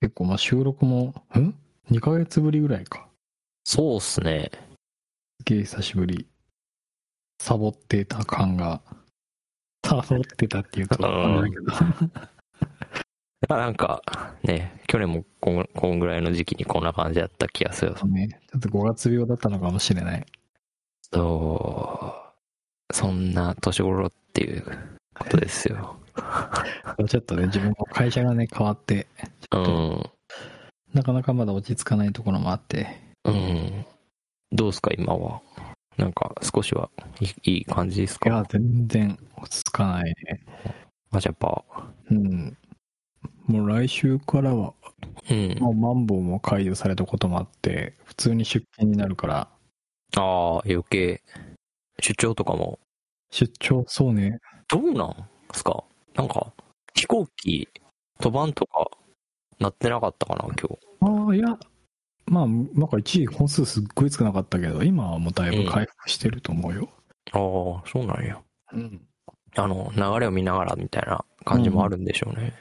結構まあ収録も、ん ?2 ヶ月ぶりぐらいか。そうっすね。すげえ久しぶり。サボってた感が、サボってたっていうとあれだけど。まあなんか、ね、去年もこんこんぐらいの時期にこんな感じだった気がする。ね、ちょっと5月病だったのかもしれない。そう、そんな年頃っていうことですよ。ちょっとね、自分も会社がね、変わって、うん。なかなかまだ落ち着かないところもあって、うん。どうっすか、今は。なんか、少しはいいいい感じですいかや、全然落ち着かないね。マジャパうん。もう来週からは、ー。うん。もうマンボウも解除されたこともあって、普通に出勤になるから、ああ、余計。出張とかも。出張、そうね。どうなんすかなんか、飛行機、飛ばんとか、なってなかったかな、今日。ああ、いや、まあ、なんか一時本数すっごい少なかったけど、今はもうだいぶ回復してると思うよ。ああ、そうなんや。うん。あの、流れを見ながらみたいな感じもあるんでしょうね。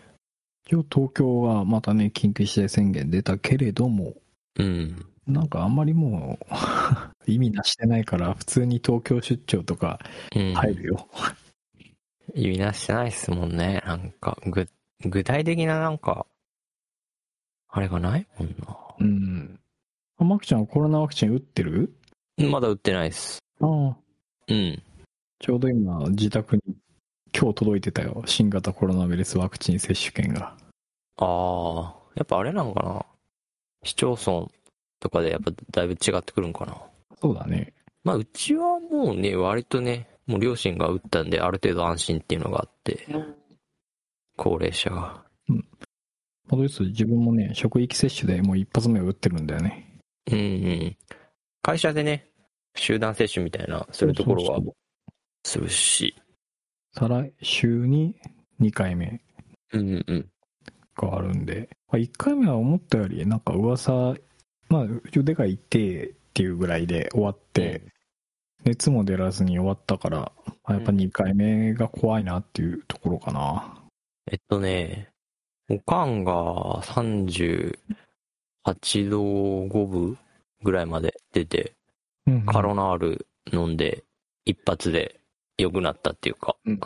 今日東京はまたね、緊急事態宣言出たけれども、うん。なんかあんまりもう 意味なしてないから普通に東京出張とかうん。入るよ。意味なしてないっすもんね。なんか、ぐ、具体的ななんか、あれがないもんうん。あ、マキちゃんはコロナワクチン打ってるな。まだ売ってないっす。ああ。うん。ちょうど今自宅に今日届いてたよ。新型コロナウイルスワクチン接種券が。ああ、やっぱあれなのかな市町村とかでやっぱだいぶ違ってくるんかなそうだね。まあうちはもうね、割とね、もう両親が打ったんである程度安心っていうのがあって、高齢者が。まあ、どうです自分もね、職域接種でもう一発目を打ってるんだよね。うんうん。会社でね、集団接種みたいな、そういうところはそうそうするし。そう再来週に2回目うんうん。があるんで。まあ、1回目は思ったよりなんか噂、まあ腕が痛いっていうぐらいで終わって、熱も出らずに終わったから、まあやっぱ2回目が怖いなっていうところかな。えっとね、おかんが38度5分ぐらいまで出て、うんカロナール飲んで、一発で良くなったっていうか、うん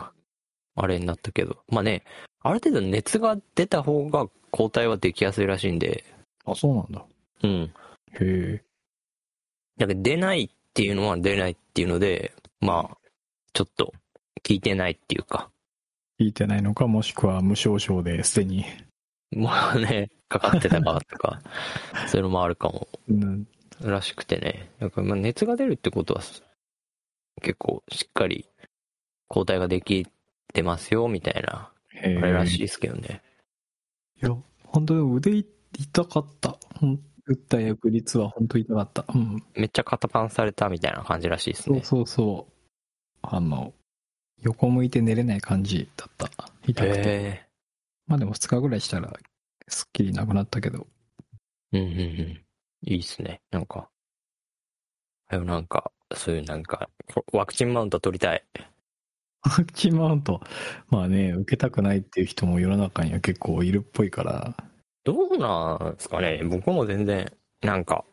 あれになったけど。まあね、ある程度熱が出た方が抗体はできやすいらしいんで、あ、そうなんだ。うん。へえ。だから出ないっていうのは出ないっていうので、まあ、ちょっと効いてないっていうか、聞いてないのか、もしくは無症状で、すでに。もうね、かかってたか とか、そういうのもあるかも、うん。らしくてね。だからまあ熱が出るってことは、結構しっかり抗体ができてますよ、みたいなへえ。あれらしいですけどね。いや、本当に腕痛かった。ほん打った翌日は本当痛かった。うん。めっちゃ肩パンされたみたいな感じらしいですそうね。そうそう。あの、横向いて寝れない感じだった。痛くて。へまあでも2日ぐらいしたら、すっきりなくなったけど。え。うんうんうん。いいっすね。なんか。あよなんか、そういうなんか、こワクチンマウント取りたい。ワクチンマウント、まあね、受けたくないっていう人も世の中には結構いるっぽいから。どうなんですかね僕も全然、なんか、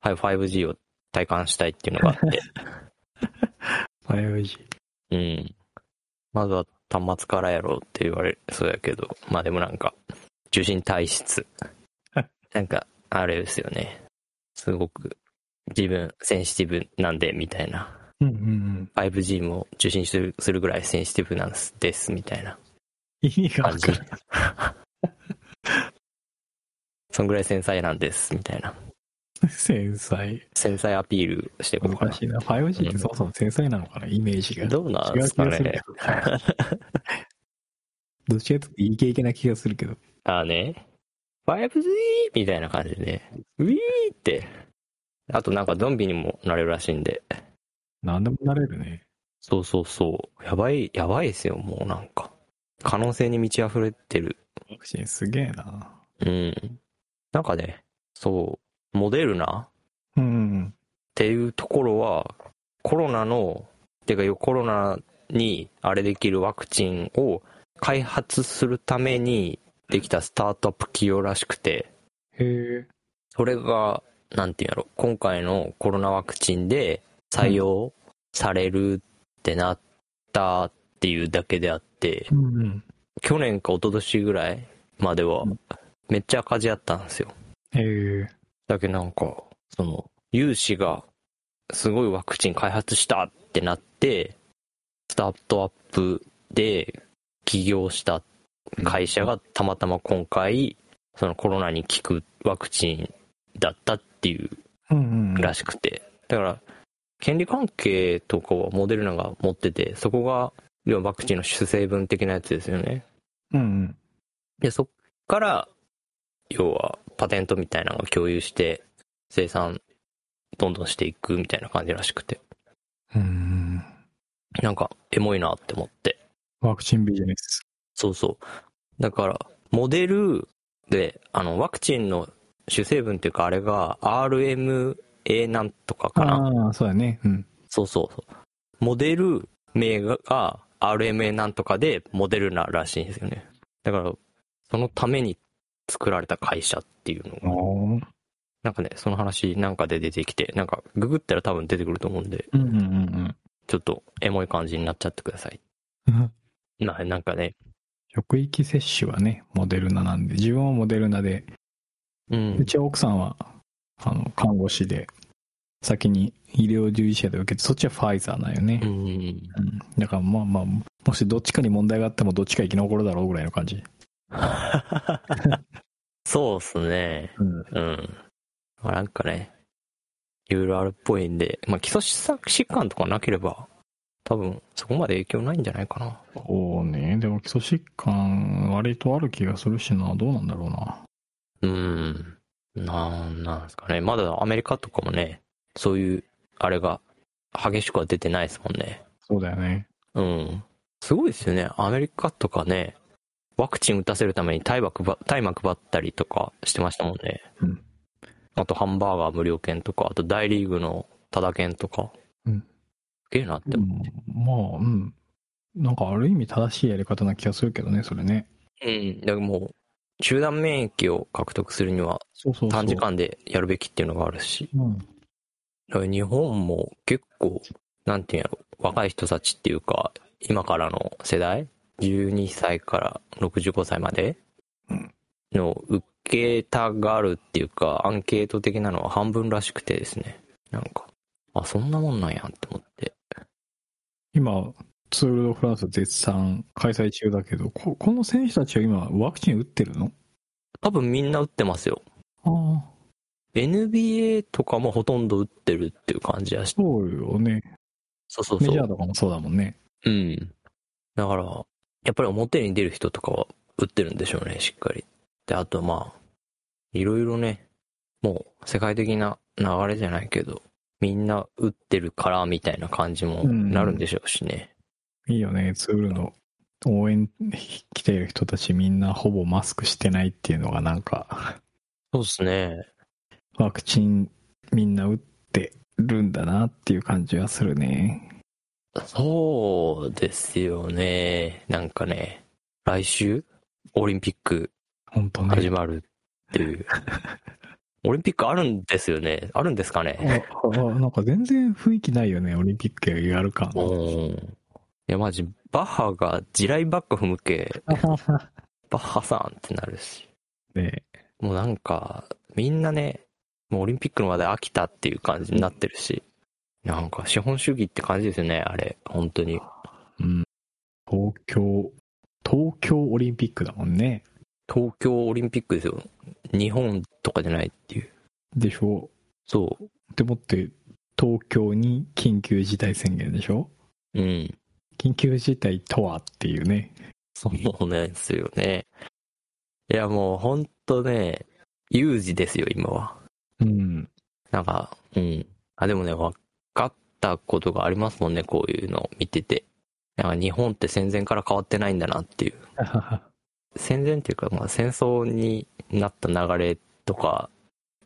はい 5G を体感したいっていうのがあって。 5G。うん。まずは端末からやろうって言われそうやけど、まあでもなんか、受信体質。なんか、あれですよね。すごく、自分、センシティブなんで、みたいな。うんうんうん。 5G も受信するするぐらいセンシティブなんです、ですみたいな意味がわ感かじる。。 そんぐらい繊細なんです、みたいな。 繊細。繊細アピールしてこうか難しいな。5G ってそもそも繊細なのかな、イメージが。な。どうなん違でうす気かがするねけ。ど。ど っちかというとイケイケな気がするけど。あーね。5G! みたいな感じでね。ウィーって。あとなんかゾンビにもなれるらしいんで。なんでもなれるね。そうそうそう。やばい、やばいですよ、もうなんか。可能性に満ち溢れてる。ワクチンすげえな。うん。なんかね、そう、モデルナうん。っていうところは、コロナの、てかコロナにあれできるワクチンを開発するためにできたスタートアップ企業らしくて、へえ。それが、なんていうんやろ、今回のコロナワクチンで採用されるってなったっていうだけであって、うんうん。去年か一昨年ぐらいまではうん、めっちゃ赤字あったんですよ。へえ。だけどなんか、その、有志が、すごいワクチン開発したってなって、スタートアップで起業した会社がたまたま今回、そのコロナに効くワクチンだったっていううんうん。らしくて。だから、権利関係とかはモデルナが持ってて、そこが、要はワクチンの主成分的なやつですよね。うんうん。で、そっから、要はパテントみたいなのが共有して、生産、どんどんしていくみたいな感じらしくて。うんうん。なんか、エモいなって思って。ワクチンビジネス。そうそう。だから、モデルで、あの、ワクチンの主成分っていうか、あれが RMA なんとかかな。ああ、そうだね。うん。そうそうそう。モデル名が RMA なんとかでモデルならしいんですよね。だから、そのために作られた会社っていうのが、おーなんかね、その話なんかで出てきて、なんかググったら多分出てくると思うんで、うんうんうんちょっとエモい感じになっちゃってください。うん。 ななんかね、職域接種はね、モデルナなんで、自分はモデルナで、う、うんちは奥さんは、あの、看護師で、先に医療従事者で受けて、そっちはファイザーなんよねう。ん、うん。だからまあまあ、もしどっちかに問題があってもどっちか生き残るだろうぐらいの感じ。そうっすね。うん。うん。まあなんかね、いろいろあるっぽいんで、まあ基礎疾患とかなければ、多分そこまで影響ないんじゃないかな。そうね。でも基礎疾患、割とある気がするしな。どうなんだろうな。うん。なんなんですかね。まだアメリカとかもね、そういう、あれが、激しくは出てないですもんね。そうだよね。うん。すごいですよね。アメリカとかね、ワクチン打たせるために大麻配大麻配ったりとかしてましたもんね。うんあとハンバーガー無料券とか、あと大リーグのタダ券とか。うん。すげえなってで思もって。、まあ、うん。なんかある意味正しいやり方な気がするけどね、それね。うん。だからもう、集団免疫を獲得するにはそうそうそう。短時。間でやるべきっていうのがあるし。うん。だから日本も結構、なんていうんやろ、若い人たちっていうか、今からの世代、12歳から65歳までうんの受けたがるっていうか、アンケート的なのは半分らしくてですね。なんか、あ、そんなもんなんやって思って。今、ツール・ド・フランス絶賛開催中だけど、ここの選手たちは今、ワクチン打ってるの多分みんな打ってますよ。ああ。 NBA とかもほとんど打ってるっていう感じやし。そうよね。そうそうメそジャーう。とかもそうだもんね。うん。だから、やっぱり表に出る人とかは打ってるんでしょうね、しっかり。で、あとまあ、いろいろね、もう世界的な流れじゃないけど、みんな打ってるからみたいな感じもうんなるんでしょうしね。いいよね、ツールの応援来てる人たちみんなほぼマスクしてないっていうのがなんか、そうですね。ワクチンみんな打ってるんだなっていう感じはするね。そうですよね。なんかね、来週、オリンピック本当ね。始まるって いう。オリンピックあるんですよね。あるんですかね。ああなんか全然雰囲気ないよね、オリンピックやる感。 うん。いや、マジ、バッハが地雷ばっか踏むけ、バッハさんってなるし。で、もうなんか、みんなね、もうオリンピックの話題飽きたっていう感じになってるし。なんか、資本主義って感じですよね、あれ。本当に。うん。東京、東京オリンピックだもんね。東京オリンピックですよ。日本とかじゃないっていう。でしょ。そうでもって、東京に緊急事態宣言でしょう。うん。緊急事態とはっていうね。そうなんですよね。いや、もう本当ね、有事ですよ、今は。うん。なんか、うん。あ、でもね、分かったことがありますもんね、こういうのを見てて。なんか日本って戦前から変わってないんだなっていう。戦前っていうか、まあ戦争になった流れとか、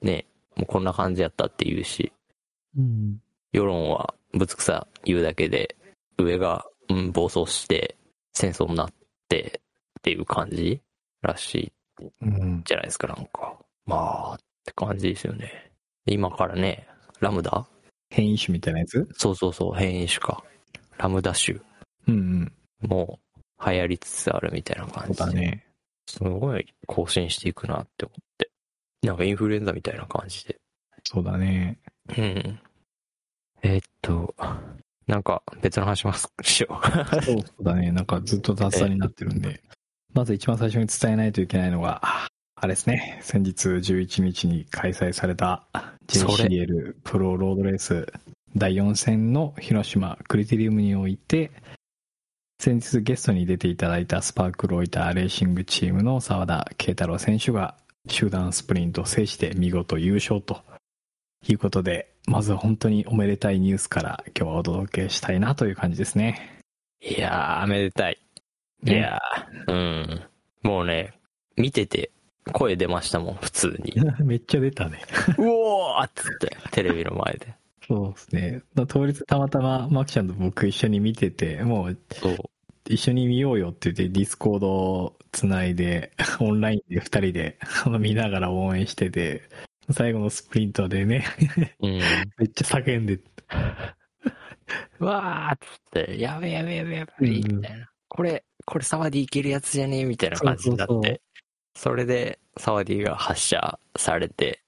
ね、もうこんな感じやったっていうし、 うん。世論はぶつくさ言うだけで、上が、うん、暴走して、戦争になってっていう感じらしいっうん。じゃないですか、なんか。まあ、って感じですよね。今からね、ラムダ変異種みたいなやつそうそうそう、変異種か。ラムダ種うんうん。も流行りつつあるみたいな感そうじだで、ね。すごい更新していくなって思って。なんかインフルエンザみたいな感じで。そうだね。うん。えーっと、なんか別の話しますしよそうそうだね。なんかずっと雑談になってるんで。まず一番最初に伝えないといけないのが、ああれですね。先日11日に開催されたそれ JCL プロロードレース第4戦の広島クリテリウムにおいて、先日ゲストに出ていただいたスパークロイターレーシングチームの澤田慶太郎選手が集団スプリントを制して見事優勝ということで、まずは本当におめでたいニュースから今日はお届けしたいなという感じですね。う。 いやー、めでたい。いねやー、うん。もうね、見てて声出ましたもん、普通 に。 めっちゃ出たね。うおーっつって、テレビの前で。そうですね。だ当日たまたまマキちゃんと僕一緒に見てて、もうそう。一緒に見ようよって言ってディスコードをつないで、 オンラインで二人で あの見ながら応援してて、最後のスプリントでね、 うん。めっちゃ叫んで、わーっつって、やべやべやべやべ、うんみたいな。これ、これサワディいけるやつじゃねえみたいな感じになって。そそうそうそうれで、サワディが発射されて、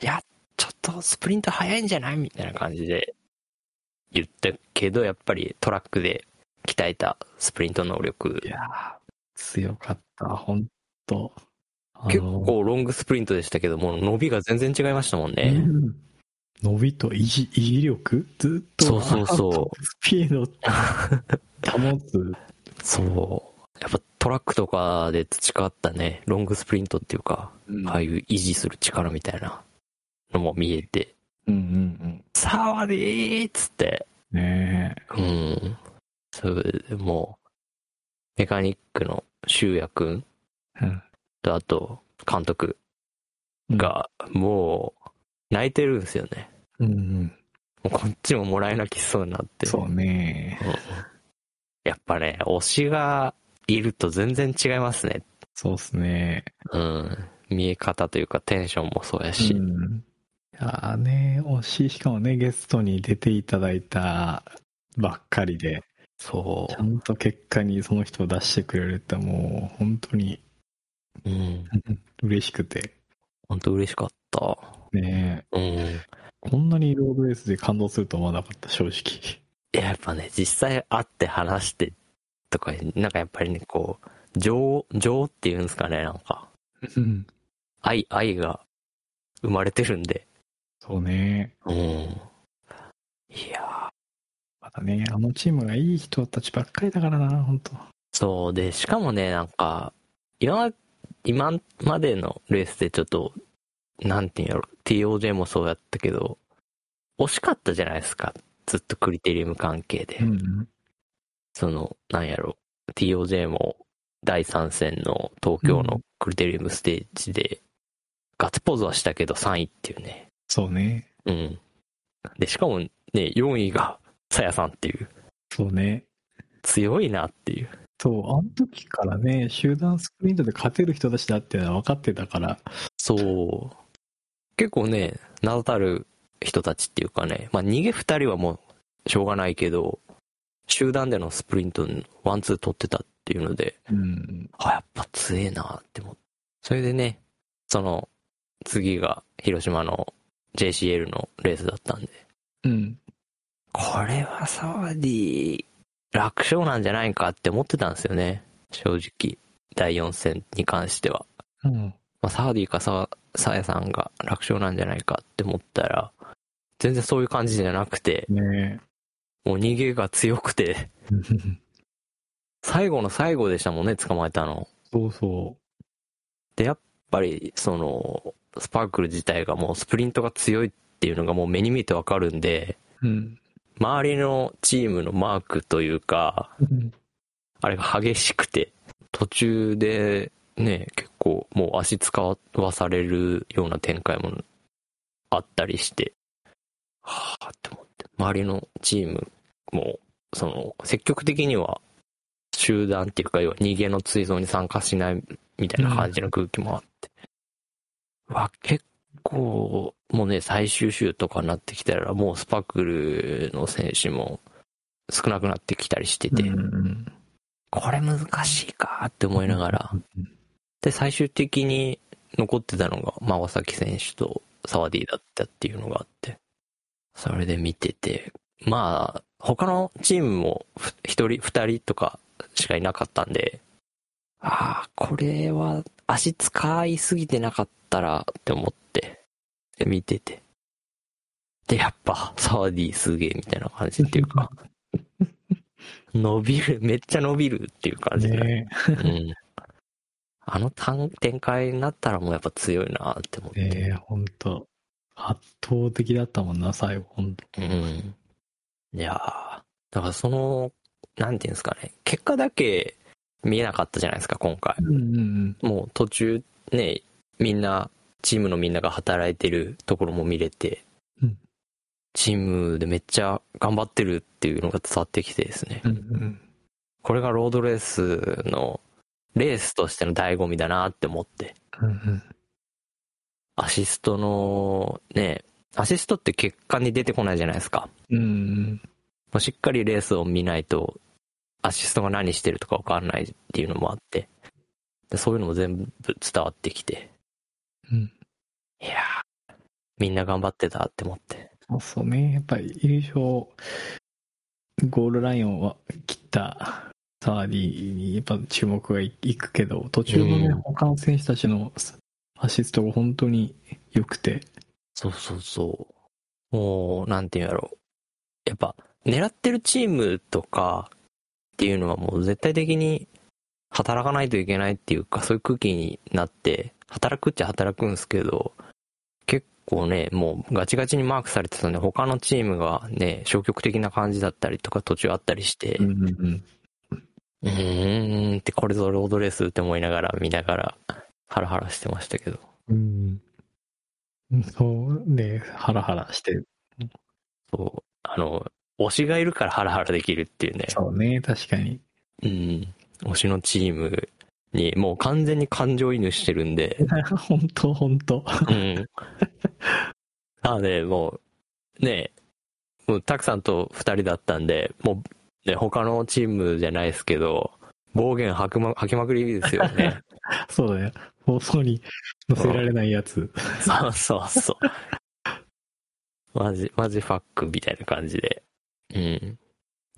いや、ちょっとスプリント早いんじゃないみたいな感じで言ったけど、やっぱりトラックで鍛えたスプリント能力、いやー強かった、本当あの結構ロングスプリントでしたけど、もう伸びが全然違いましたもんね。うん伸びと維持、維持力ずっと、。そうそうそうスピードを保 つ。そう。やっぱトラックとかで培ったね、ロングスプリントっていうか、ああい。いう維持する力みたいなのも見えて、うんうんうん。サワディーっつって、ねえ。うん。それでもう、メカニックの修也くんとあと、監督が、もう、泣いてるんですよね。うんうん、もうこっちももらい泣きしそうになって。そうねうんやっぱね、推しがいると全然違いますね。そうっすねうん。見え方というかテンションもそうやし。うんいやーね惜しいしかもねゲストに出ていただいたばっかりでそちゃんと結果にその人を出してくれるってもう本当にう。うん。嬉しくて本当嬉しかった。ねうん。こんなにロードレースで感動すると思わなかった正直いや、やっぱね、実際会って話してとか、なんかやっぱりね、こう、情、情っていうんですかね、なんか、うん愛、愛が生まれてるんで。そうねうん。いやまたねあのチームがいい人たちばっかりだからな本当そうで、しかもね、なんか、今ま、今までのレースでちょっと、なんていうんやろ、TOJ もそうやったけど、惜しかったじゃないですか。ずっとクリテリウム関係で。んその、なんやろ、TOJ も第3戦の東京うのクリテリウムステージで、ガッツポーズはしたけど3位っていうね。そうねうん。で、しかもね、4位がさやさんっていう、そうね強いなっていう。そう、あの時からね、集団スプリントで勝てる人たちだっていうのは分かってたから、そう。結構ね、名だたる人たちっていうかね、まあ逃げ2人はもうしょうがないけど、集団でのスプリントのワンツー取ってたっていうので、うん、あ、やっぱ強えなって思って。それでね、その、次が広島の JCL のレースだったんで、うん、これはサワディ、楽勝なんじゃないかって思ってたんですよね。正直。第4戦に関しては。うん、まあ、サワディかサワサヤさんが楽勝なんじゃないかって思ったら、全然そういう感じじゃなくて、ねもう逃げが強くて、最後の最後でしたもんね、捕まえたの。そうそで、やっぱり、その、スパークル自体がもうスプリントが強いっていうのがもう目に見えてわかるんで、う、うん、周りのチームのマークというか、あれが激しくて、途中でね、結構もう足使わされるような展開もあったりして、はぁって思って、周りのチームも、その、積極的には集団っていうか、要は逃げの追走に参加しないみたいな感じの空気もあって。うわ、結構、もうね、最終週とかになってきたら、もうスパクルの選手も少なくなってきたりしてて、うんこれ難しいかって思いながら、で、最終的に残ってたのが、まあ、尾崎選手と沢 D だったっていうのがあって、それで見てて、まあ、他のチームもふ一人、二人とかしかいなかったんで、ああ、これは足使いすぎてなかったらって思って、で、見てて。で、やっぱ、沢 D すげえみたいな感じっていうか、伸びる、めっちゃ伸びるっていう感じで。ねうんあの単展開になったらもうやっぱ強いなって思っえ、て。ねえ、ほんと。圧倒的だったもんな、最後、ほんと。うん。いやーだからその、なんていうんですかね、結果だけ見えなかったじゃないですか、今回。うんうんもう途中ね、みんな、チームのみんなが働いてるところも見れて、うんチームでめっちゃ頑張ってるっていうのが伝わってきてですね。うんうん。これがロードレースの、レースとしての醍醐味だなって思って。うんうんアシストの、ね、アシストって結果に出てこないじゃないですか。うんうん。もうしっかりレースを見ないと、アシストが何してるとかわかんないっていうのもあって、でそういうのも全部伝わってきて、うんいやーみんな頑張ってたって思って。そうそうね。やっぱり優勝、ゴールラインを切ったサーディにやっぱ注目がいくけど、途中のね、うん他の選手たちのアシストが本当に良くて。そうそうそう。もう、なんていうんやろう。やっぱ、狙ってるチームとかっていうのはもう絶対的に働かないといけないっていうか、そういう空気になって、働くっちゃ働くんですけど、結構ね、もうガチガチにマークされてたんで、他のチームがね、消極的な感じだったりとか途中あったりして、ううんん。ーんってこれぞロードレースって思いながら見ながら、ハラハラしてましたけど。うん、そうね、ハラハラしてる。そう。あの、推しがいるからハラハラできるっていうね。そうね、確かに。 うん。推しのチームに、もう完全に感情移入してるんで、 本当本当うん。なので、もう、ねえ、もう、たくさんと二人だったんで、もう、ね、他のチームじゃないですけど、暴言吐くま、吐きまくりですよね。そうだよ。放送に載せられないやつ。そうそうそう。マジ、マジファックみたいな感じで、うん。言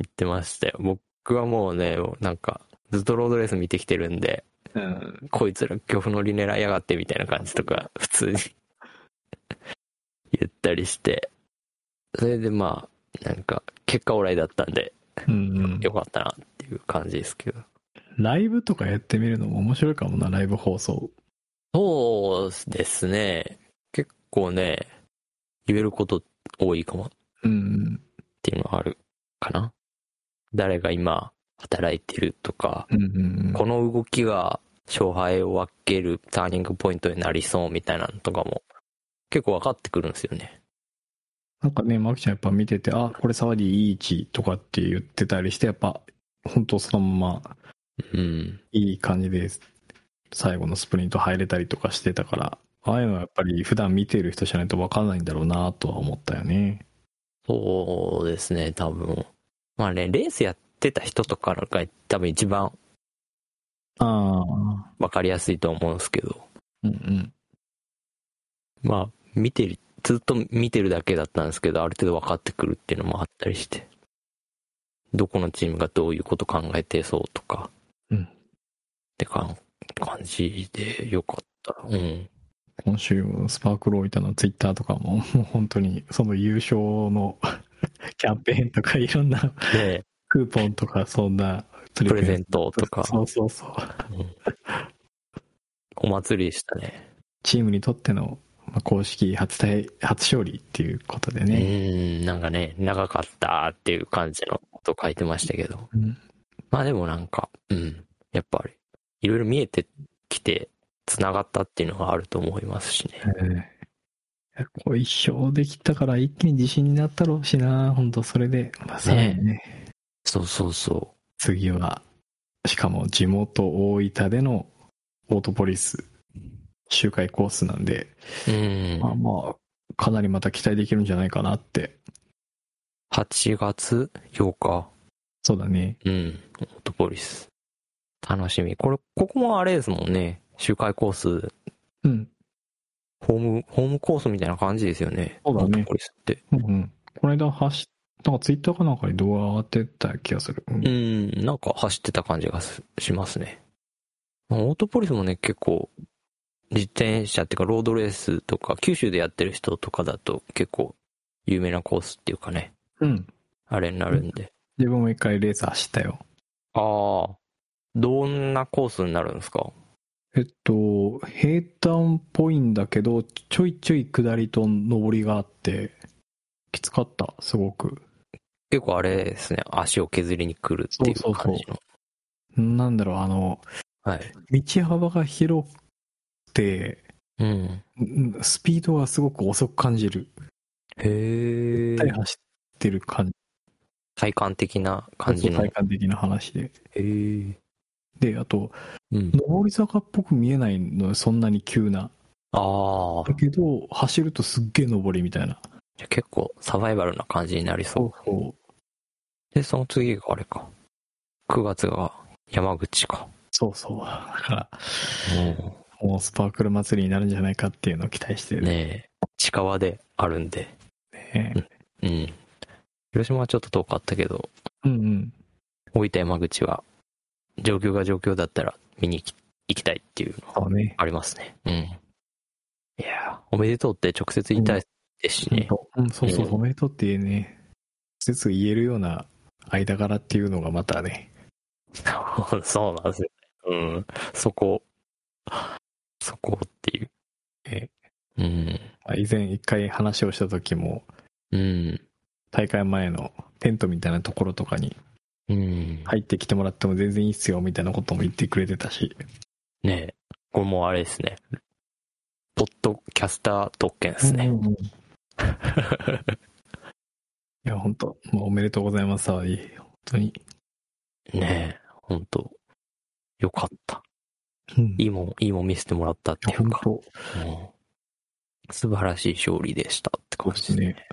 ってましたよ。僕はもうね、もうなんか、ずっとロードレース見てきてるんで、うん。こいつら漁夫のり狙いやがってみたいな感じとか、 普通に言ったりして、それでまあ、なんか、結果オーライだったんで、うん。よかったなっていう感じですけど。ライブとかやってみるのも面白いかもな、ライブ放送。そうですね。結構ね、言えること多いかもっうん。ていうのはあるかな。誰が今、働いてるとか、うんうんこの動きが勝敗を分けるターニングポイントになりそうみたいなのとかも、結構分かってくるんですよね。なんかね、マキちゃんやっぱ見てて、あ、これ沢ディいい位置とかって言ってたりして、やっぱ、本当そのままうん。いい感じで、最後のスプリント入れたりとかしてたから、ああいうのはやっぱり普段見てる人じゃないと分かんないんだろうなとは思ったよね。そうですね、多分。まあね、レースやってた人とかなんか多分一番ああ。わかりやすいと思うんですけど、うんうん。まあ、見てる、ずっと見てるだけだったんですけど、ある程度分かってくるっていうのもあったりして、どこのチームがどういうこと考えてそうとか、うんってかん感じでよかった。うん。今週、スパークローイタのツイッターとかも、もう本当に、その優勝の キャンペーンとか、いろんな で、クーポンとか、そんなププレゼントとか、そうそうそう。お祭りでしたね。チームにとってのまあ公式初対初勝利っていうことでうね、ん、なんかね、長かったっていう感じのこと書いてましたけど。うんまあでもなんか、うん、やっぱり、いろいろ見えてきて、繋がったっていうのがあると思いますしね。えーこう一勝できたから一気に自信になったろうしな本当それで、まあ、さらにねそうそうそ次はしかも地元大分でのオートポリス周回コースなんで、うん。まあまあ、かなりまた期待できるんじゃないかなって。 8月8日。そうだね。うん。オートポリス。楽しみ。これ、ここもあれですもんね。周回コース、うん。ホーム、ホームコースみたいな感じですよね。そうだねオートポリスって。うんうん。この間走った、なんかツイッターかなんかに動画上がってた気がする。う。うんん。なんか走ってた感じがすしますね。まあオートポリスもね、結構、自転車っていうか、ロードレースとか、九州でやってる人とかだと結構、有名なコースっていうかね、うん。あれになるんで。自分も一回レース走ったよ。ああ。どんなコースになるんですかえっと、平坦っぽいんだけど、ちょいちょい下りと上りがあって、きつかった、すごく。結構あれですね、足を削りに来るっていうそうそうそう感じの。なんだろう、あの、はい。道幅が広くて、うん。んスピードがすごく遅く感じる。へえ。走ってる感じ。体感的な感じの。体感的な話で。え。で、あと、うん。上り坂っぽく見えないのよそんなに急な。ああだ。けど、走るとすっげえ上りみたいな。じゃあ結構サバイバルな感じになりそう。そう。で、その次があれか。9月が山口か。そうそう。だから、もうスパークル祭りになるんじゃないかっていうのを期待してるね。ねえ。近場であるんで。うん。広島はちょっと遠かったけど、うんうん。大分山口は、状況が状況だったら見に行き行きたいっていうのはそうね。ありますね。うん。いやーおめでとうって直接言いたいですしね。うん、そうそうう、んおめでとうって言えね。直接言えるような間柄っていうのがまたね。 そうなんですよ。うん。そこ、そこっていう。えうん。まあ以前一回話をした時も、うん。大会前のテントみたいなところとかにうん。入ってきてもらっても全然いいっすよみたいなことも言ってくれてたし。ねえ。これもうあれですね。ポッドキャスター特権ですね。 いや、本当もうおめでとうございます、沢井。本当に。ねえ。ほんと。よかった。うんいいもん、いいもん見せてもらったってい本うか。当うん素晴らしい勝利でしたってそ感うでじすですね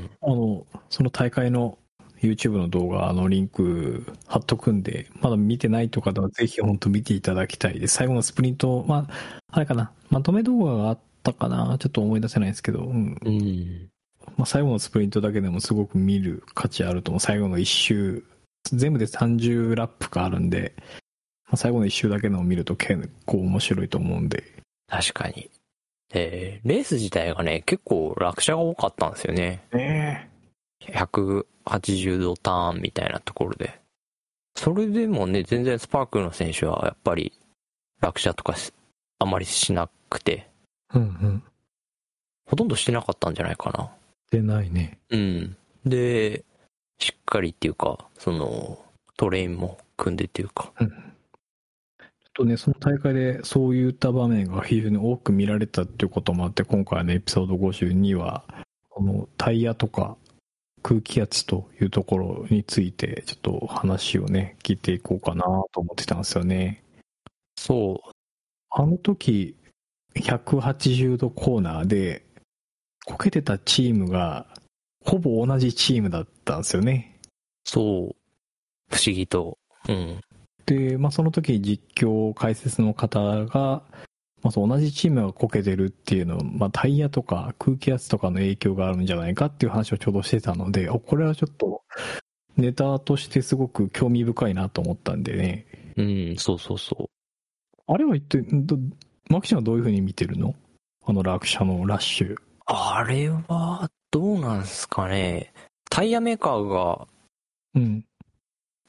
ね。。うん。あの、その大会の YouTube の動画のリンク貼っとくんで、まだ見てないとかはぜひ本当見ていただきたいです。最後のスプリント、まあ、あれかな、まとめ動画があったかな、ちょっと思い出せないですけど、うん。うん。まあ、最後のスプリントだけでもすごく見る価値あると思う。最後の一周、全部で30ラップかあるんで、まあ、最後の一周だけでも見ると結構面白いと思うんで。確かに。で、レース自体がね、結構落車が多かったんですよね。ね180度ターンみたいなところで。それでもね、全然スパークルの選手はやっぱり落車とかしあまりしなくて、うんうん。ほとんどしてなかったんじゃないかな。出ないね。うん。で、しっかりっていうか、その、トレインも組んでっていうか。ちょっとね、その大会でそういった場面が非常に多く見られたっていうこともあって、今回のエピソード52は、このタイヤとか空気圧というところについて、ちょっと話をね、聞いていこうかなと思ってたんですよね。そあの時、180度コーナーで、こけてたチームが、ほぼ同じチームだったんですよね。う、そう、不思議と。うん。で、まあ、その時実況解説の方が、まあ、そう同じチームがこけてるっていうのは、まあ、タイヤとか空気圧とかの影響があるんじゃないかっていう話をちょうどしてたのでおこれはちょっとネタとしてすごく興味深いなと思ったんでねうん、そうそうそう。あれは一体どマキちゃんはどういうふうに見てるのあの落車のラッシュあれは、どうなんすかね。タイヤメーカーが、うん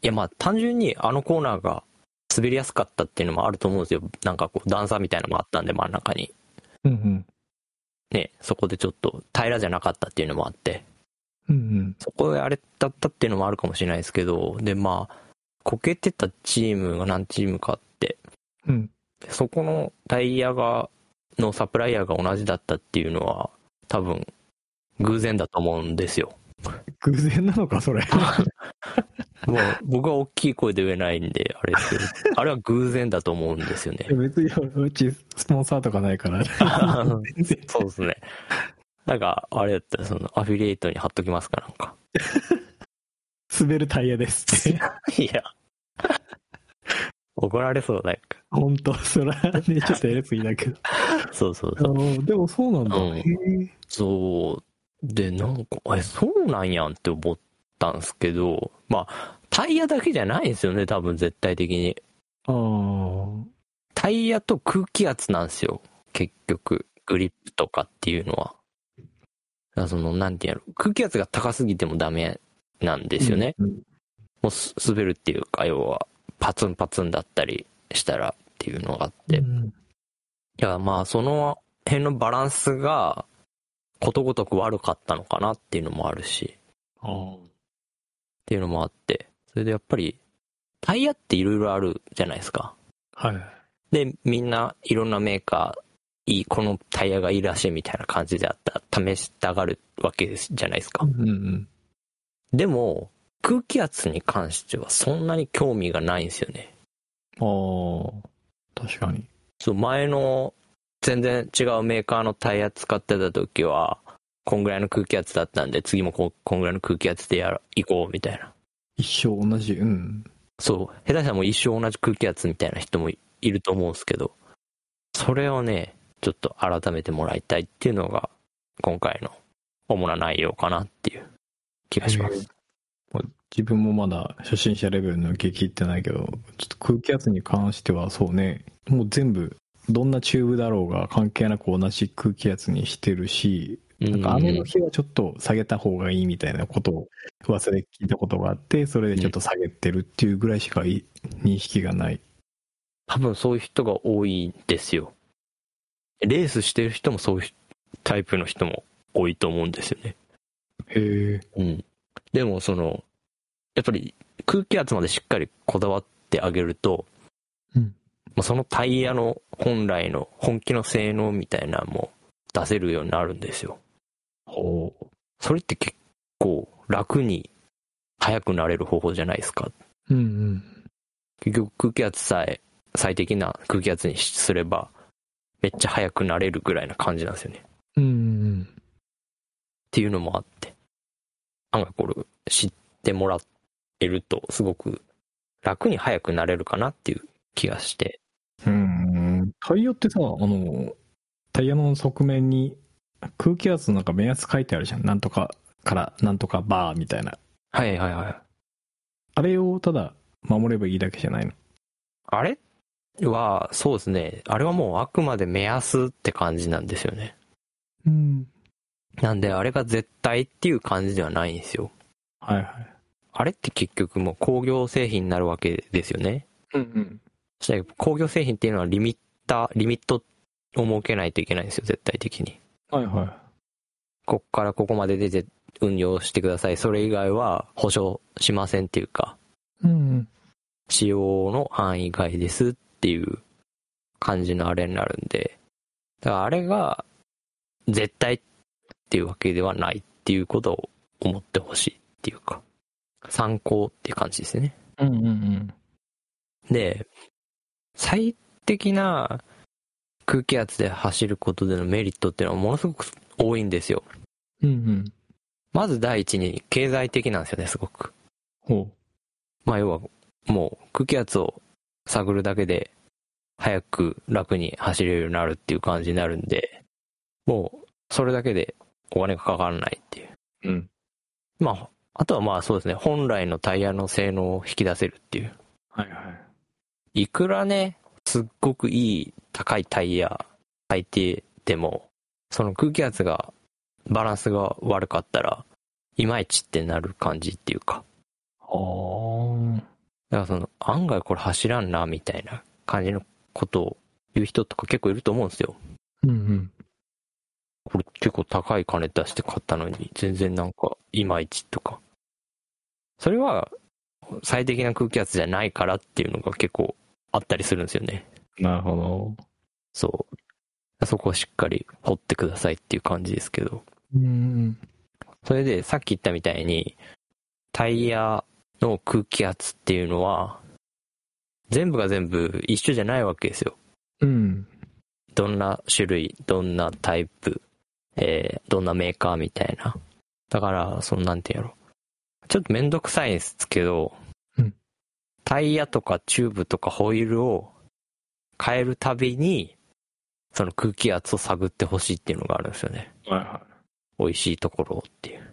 いやまあ単純にあのコーナーが滑りやすかったっていうのもあると思うんですよ。なんかこう段差みたいなのもあったんで真ん中に。うんうんね、そこでちょっと平らじゃなかったっていうのもあって。うんうんそこであれだったっていうのもあるかもしれないですけど、でまあ、こけてたチームが何チームかあって、うんそこのタイヤが、のサプライヤーが同じだったっていうのは、多分、 偶然だと思うんですよ。偶然なのかそれまあ、僕は大きい声で言えないんで、あれですけど、あれは偶然だと思うんですよねい や。別にうちスポンサーとかないから。全然。そうですね。なんか、あれだったら、その、アフィリエイトに貼っときますかなんか。滑るタイヤですって。いや。 怒られそうだよ。本当それは ね、ちょっとやりすぎだけど。そうそうあそう。のでもそうなんだ。うんへえそう。で、なんか、え、そうなんやんって思ったんですけど、まあ、タイヤだけじゃないんですよね、多分絶対的に。あータイヤと空気圧なんですよ。結局、グリップとかっていうのは。だからその、なんていうんやろ。空気圧が高すぎてもダメなんですよね。。うんもうす滑るっていうか、要は、パツンパツンだったりしたらっていうのがあって。いうんや、まあ、その辺のバランスが、ことごとく悪かったのかなっていうのもあるし、っあーていうのもあって。それでやっぱり、タイヤっていろいろあるじゃないですか。はい。で、みんないろんなメーカー、いい、このタイヤがいいらしいみたいな感じであったら、試したがるわけですじゃないですか。うんうん。でも、空気圧に関してはそんなに興味がないんですよね。ああ、確かに。そう、前の全然違うメーカーのタイヤ使ってた時は、こんぐらいの空気圧だったんで、次もここんぐらいの空気圧でやら行こうみたいな。一生同じ。うん。そう、下手したらもう一生同じ空気圧みたいな人もいいると思うんですけど、それをね、ちょっと改めてもらいたいっていうのが、今回の主な内容かなっていう気がします。まあ自分もまだ初心者レベルの激行ってないけど、ちょっと空気圧に関してはそうね、もう全部、どんなチューブだろうが関係なく同じ空気圧にしてるし、ななんか雨の日はちょっと下げた方がいいみたいなことを噂で聞いたことがあって、それでちょっと下げてるっていうぐらいしかい認識がない。多分そういう人が多いんですよ。レースしてる人もそういうタイプの人も多いと思うんですよね。へえ。うん。でもその、やっぱり空気圧までしっかりこだわってあげると、うんまあ、そのタイヤの本来の本気の性能みたいなのも出せるようになるんですよ。ほそれって結構楽に速くなれる方法じゃないですか。う。うんうん。結局空気圧さえ最適な空気圧にすればめっちゃ速くなれるぐらいな感じなんですよね。っうんうん。ていうのもあって。案外これ知ってもらえるとすごく楽に速くなれるかなっていう気がして。うん、タイヤってさ、あの、タイヤの側面に空気圧のなんか目安書いてあるじゃん。なんとかからなんとかバーみたいな。はいはいはい。あれをただ守ればいいだけじゃないの。あれは、そうですね。あれはもうあくまで目安って感じなんですよね。うん。なんであれが絶対っていう感じではないんですよ。はいはい。あれって結局もう工業製品になるわけですよね。うんそしたら工業製品っていうのはリミッター、リミットを設けないといけないんですよ、絶対的に。うん。はいはい。こっからここまで出て運用してください。それ以外は保証しませんっていうか、うん。使用の範囲外ですっていう感じのあれになるんで、だからあれが絶対っていうわけではないっていうことを思ってほしいっていうか、参考っていう感じですよね。うんうんうん。で、最適な空気圧で走ることでのメリットっていうのはものすごく多いんですよ。うんうん。まず第一に経済的なんですよね、すごく。ほまあ要は、もう空気圧を探るだけで、早く楽に走れるようになるっていう感じになるんで、もう、それだけでお金がかからないっていう。う。うん。まあ、あとはまあそうですね、本来のタイヤの性能を引き出せるっていう。はいはい。いくらね、すっごくいい高いタイヤ履いてても、その空気圧が、バランスが悪かったら、いまいちってなる感じっていうか。あだからその、案外これ走らんな、みたいな感じのことを言う人とか結構いると思うんですよ。あ。うんうん。これ結構高い金出して買ったのに、全然なんか、いまいちとか。それは、最適な空気圧じゃないからっていうのが結構あったりするんですよね。なるほそう。そこをしっかり掘ってくださいっていう感じですけど。ど。うんそれで、さっき言ったみたいに、タイヤの空気圧っていうのは、全部が全部一緒じゃないわけですよ。うん。どんな種類、どんなタイプ、えーどんなメーカーみたいな。だから、そのなんていうんやろ。ちょっとめんどくさいんですけど、うんタイヤとかチューブとかホイールを変えるたびに、その空気圧を探ってほしいっていうのがあるんですよね。はいは美味しいところをっていう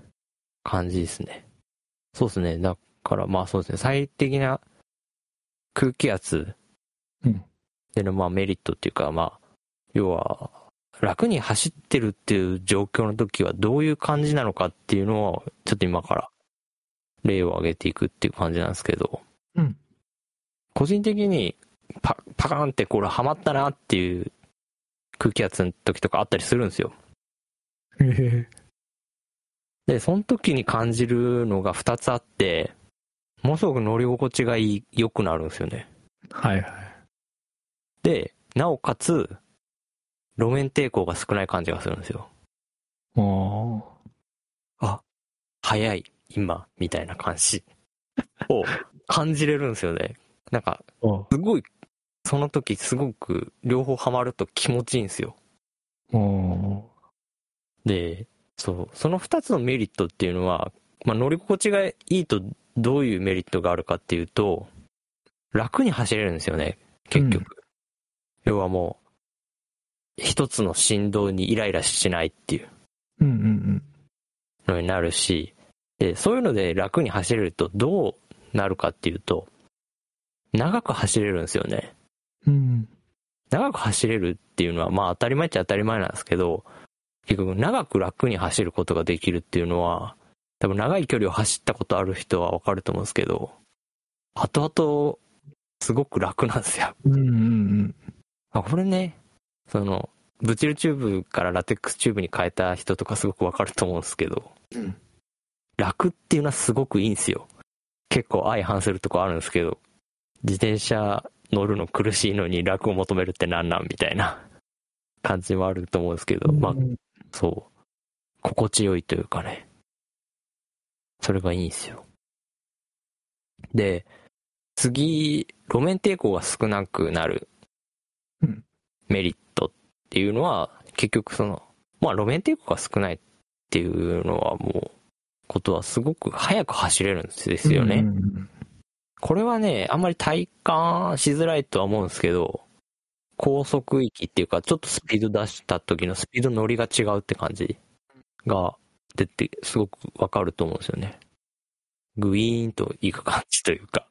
感じですね。そうですね。だからまあそうですね。最適な空気圧うんでのまあメリットっていうかまあ、要は楽に走ってるっていう状況の時はどういう感じなのかっていうのをちょっと今から例を挙げていくっていう感じなんですけど、うん個人的にパパカーンってこれハマったなっていう空気圧の時とかあったりするんですよ。い。えで、その時に感じるのが2つあって、ものすごく乗り心地がいい良くなるんですよね。えはいはい。で、なおかつ、路面抵抗が少ない感じがするんですよ。あー早い、今、みたいな感じを感じれるんですよね。なんか、あ。すごい、その時すごく両方ハマると気持ちいいんですよ。あで、そう、その2つのメリットっていうのは、まあ、乗り心地がいいとどういうメリットがあるかっていうと、楽に走れるんですよね、結局。要はもう、一つの振動にイライラしないっていうーうんうんのになるし、で、そういうので楽に走れるとどうなるかっていうと、長く走れるんですよね。うん。うん。長く走れるっていうのはまあ当たり前っちゃ当たり前なんですけど結局長く楽に走ることができるっていうのは多分長い距離を走ったことある人はわかると思うんですけど後々すごく楽なんですようんうんうん。あこれねそのブチルチューブからラテックスチューブに変えた人とかすごくわかると思うんですけど、うん楽っていうのはすごくいいんですよ結構相反するとこあるんですけど自転車乗るの苦しいのに楽を求めるってなんなんみたいな感じもあると思うんですけど、まあうんそう心地よいというかねそれがいいんですよで次路面抵抗が少なくなるうんメリットっていうのは結局そのまあ路面抵抗が少ないっていうのはもうことはすごく速く走れるんですよね、うんうんこれはね、あんまり体感しづらいとは思うんですけど、高速域っていうか、ちょっとスピード出した時のスピード乗りが違うって感じが出て、すごくわかると思うんですよね。グイーンといく感じというか、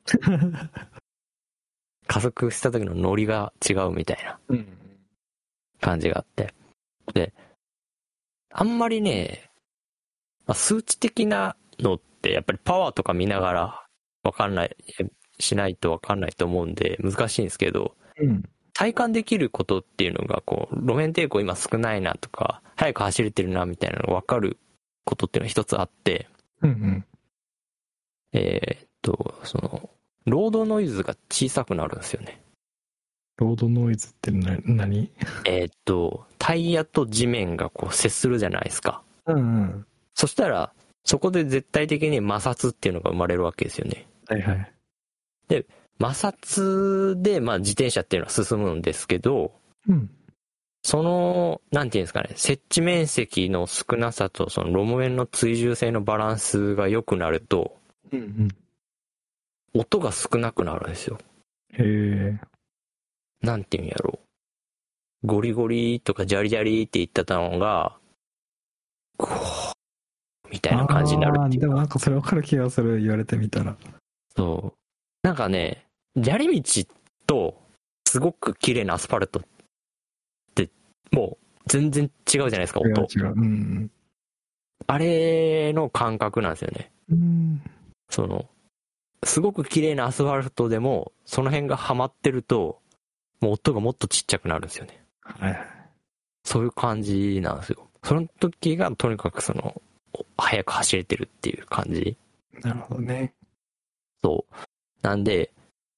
加速した時の乗りが違うみたいなうん。うん感じがあって。で、あんまりね、まあ数値的なのって、やっぱりパワーとか見ながら、わかんない、えしないとわかんないと思うんで、難しいんですけど、うん。体感できることっていうのが、こう、路面抵抗今少ないなとか、早く走れてるなみたいなのがわかることっていうのが一つあって、うんうん。えーっと、その、ロードノイズが小さくなるんですよね。ロードノイズってな何えーっと、タイヤと地面がこう接するじゃないですか。うんうん。そしたら、そこで絶対的に摩擦っていうのが生まれるわけですよね。はいはい。摩擦で、まあ自転車っていうのは進むんですけど、うん。その、なんていうんですかね、設置面積の少なさと、その路面の追従性のバランスが良くなると、うんうん。音が少なくなるんですよ。へえ。なんていうんやろう。ゴリゴリとかジャリジャリって言ってたのが、ゴーみたいな感じになるあっーていうでもなんかそれわかる気がする、言われてみたら。そう。なんかね、砂利道と、すごく綺麗なアスファルトって、もう、全然違うじゃないですか、違う音。違う。うんあれの感覚なんですよね。うん。うん。その、すごく綺麗なアスファルトでも、その辺がハマってると、もう音がもっとちっちゃくなるんですよね。はいはい。そういう感じなんですよ。その時が、とにかくその、お速く走れてるっていう感じ。なるほどね。そう。なんで、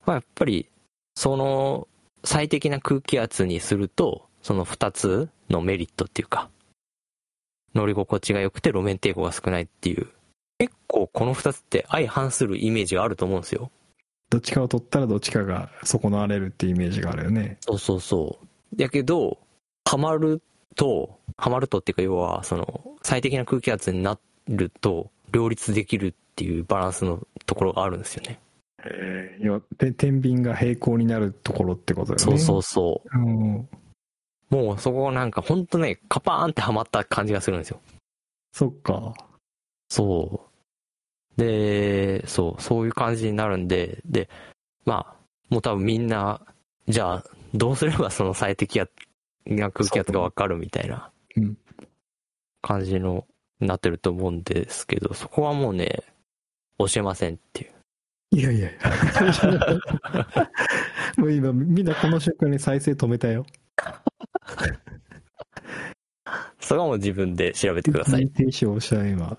まあ、やっぱり、その、最適な空気圧にすると、その2つのメリットっていうか、乗り心地が良くて路面抵抗が少ないっていう、結構この二つって相反するイメージがあると思うんですよ。どっちかを取ったらどっちかが損なわれるっていうイメージがあるよね。そうそうそう。やけど、ハマると、ハマるとっていうか、要は、その、最適な空気圧になると、両立できるっていうバランスのところがあるんですよね。えー、で、天秤が平行になるところってことだよそね。うそうそうん。う。もうそこなんか、ほんとね、カパーンってハマった感じがするんですよ。そっか。そう。で、そう、そういう感じになるんで、で、まあ、もう多分みんな、じゃあ、どうすれば その最適や、な空気圧がわかるみたいなうん、感じの、なってると思うんですけど、そこはもうね、教えませんっていう。いやい やもう今、みんなこの瞬間に再生止めたよ。そこはもう自分で調べてください。停止を押した今。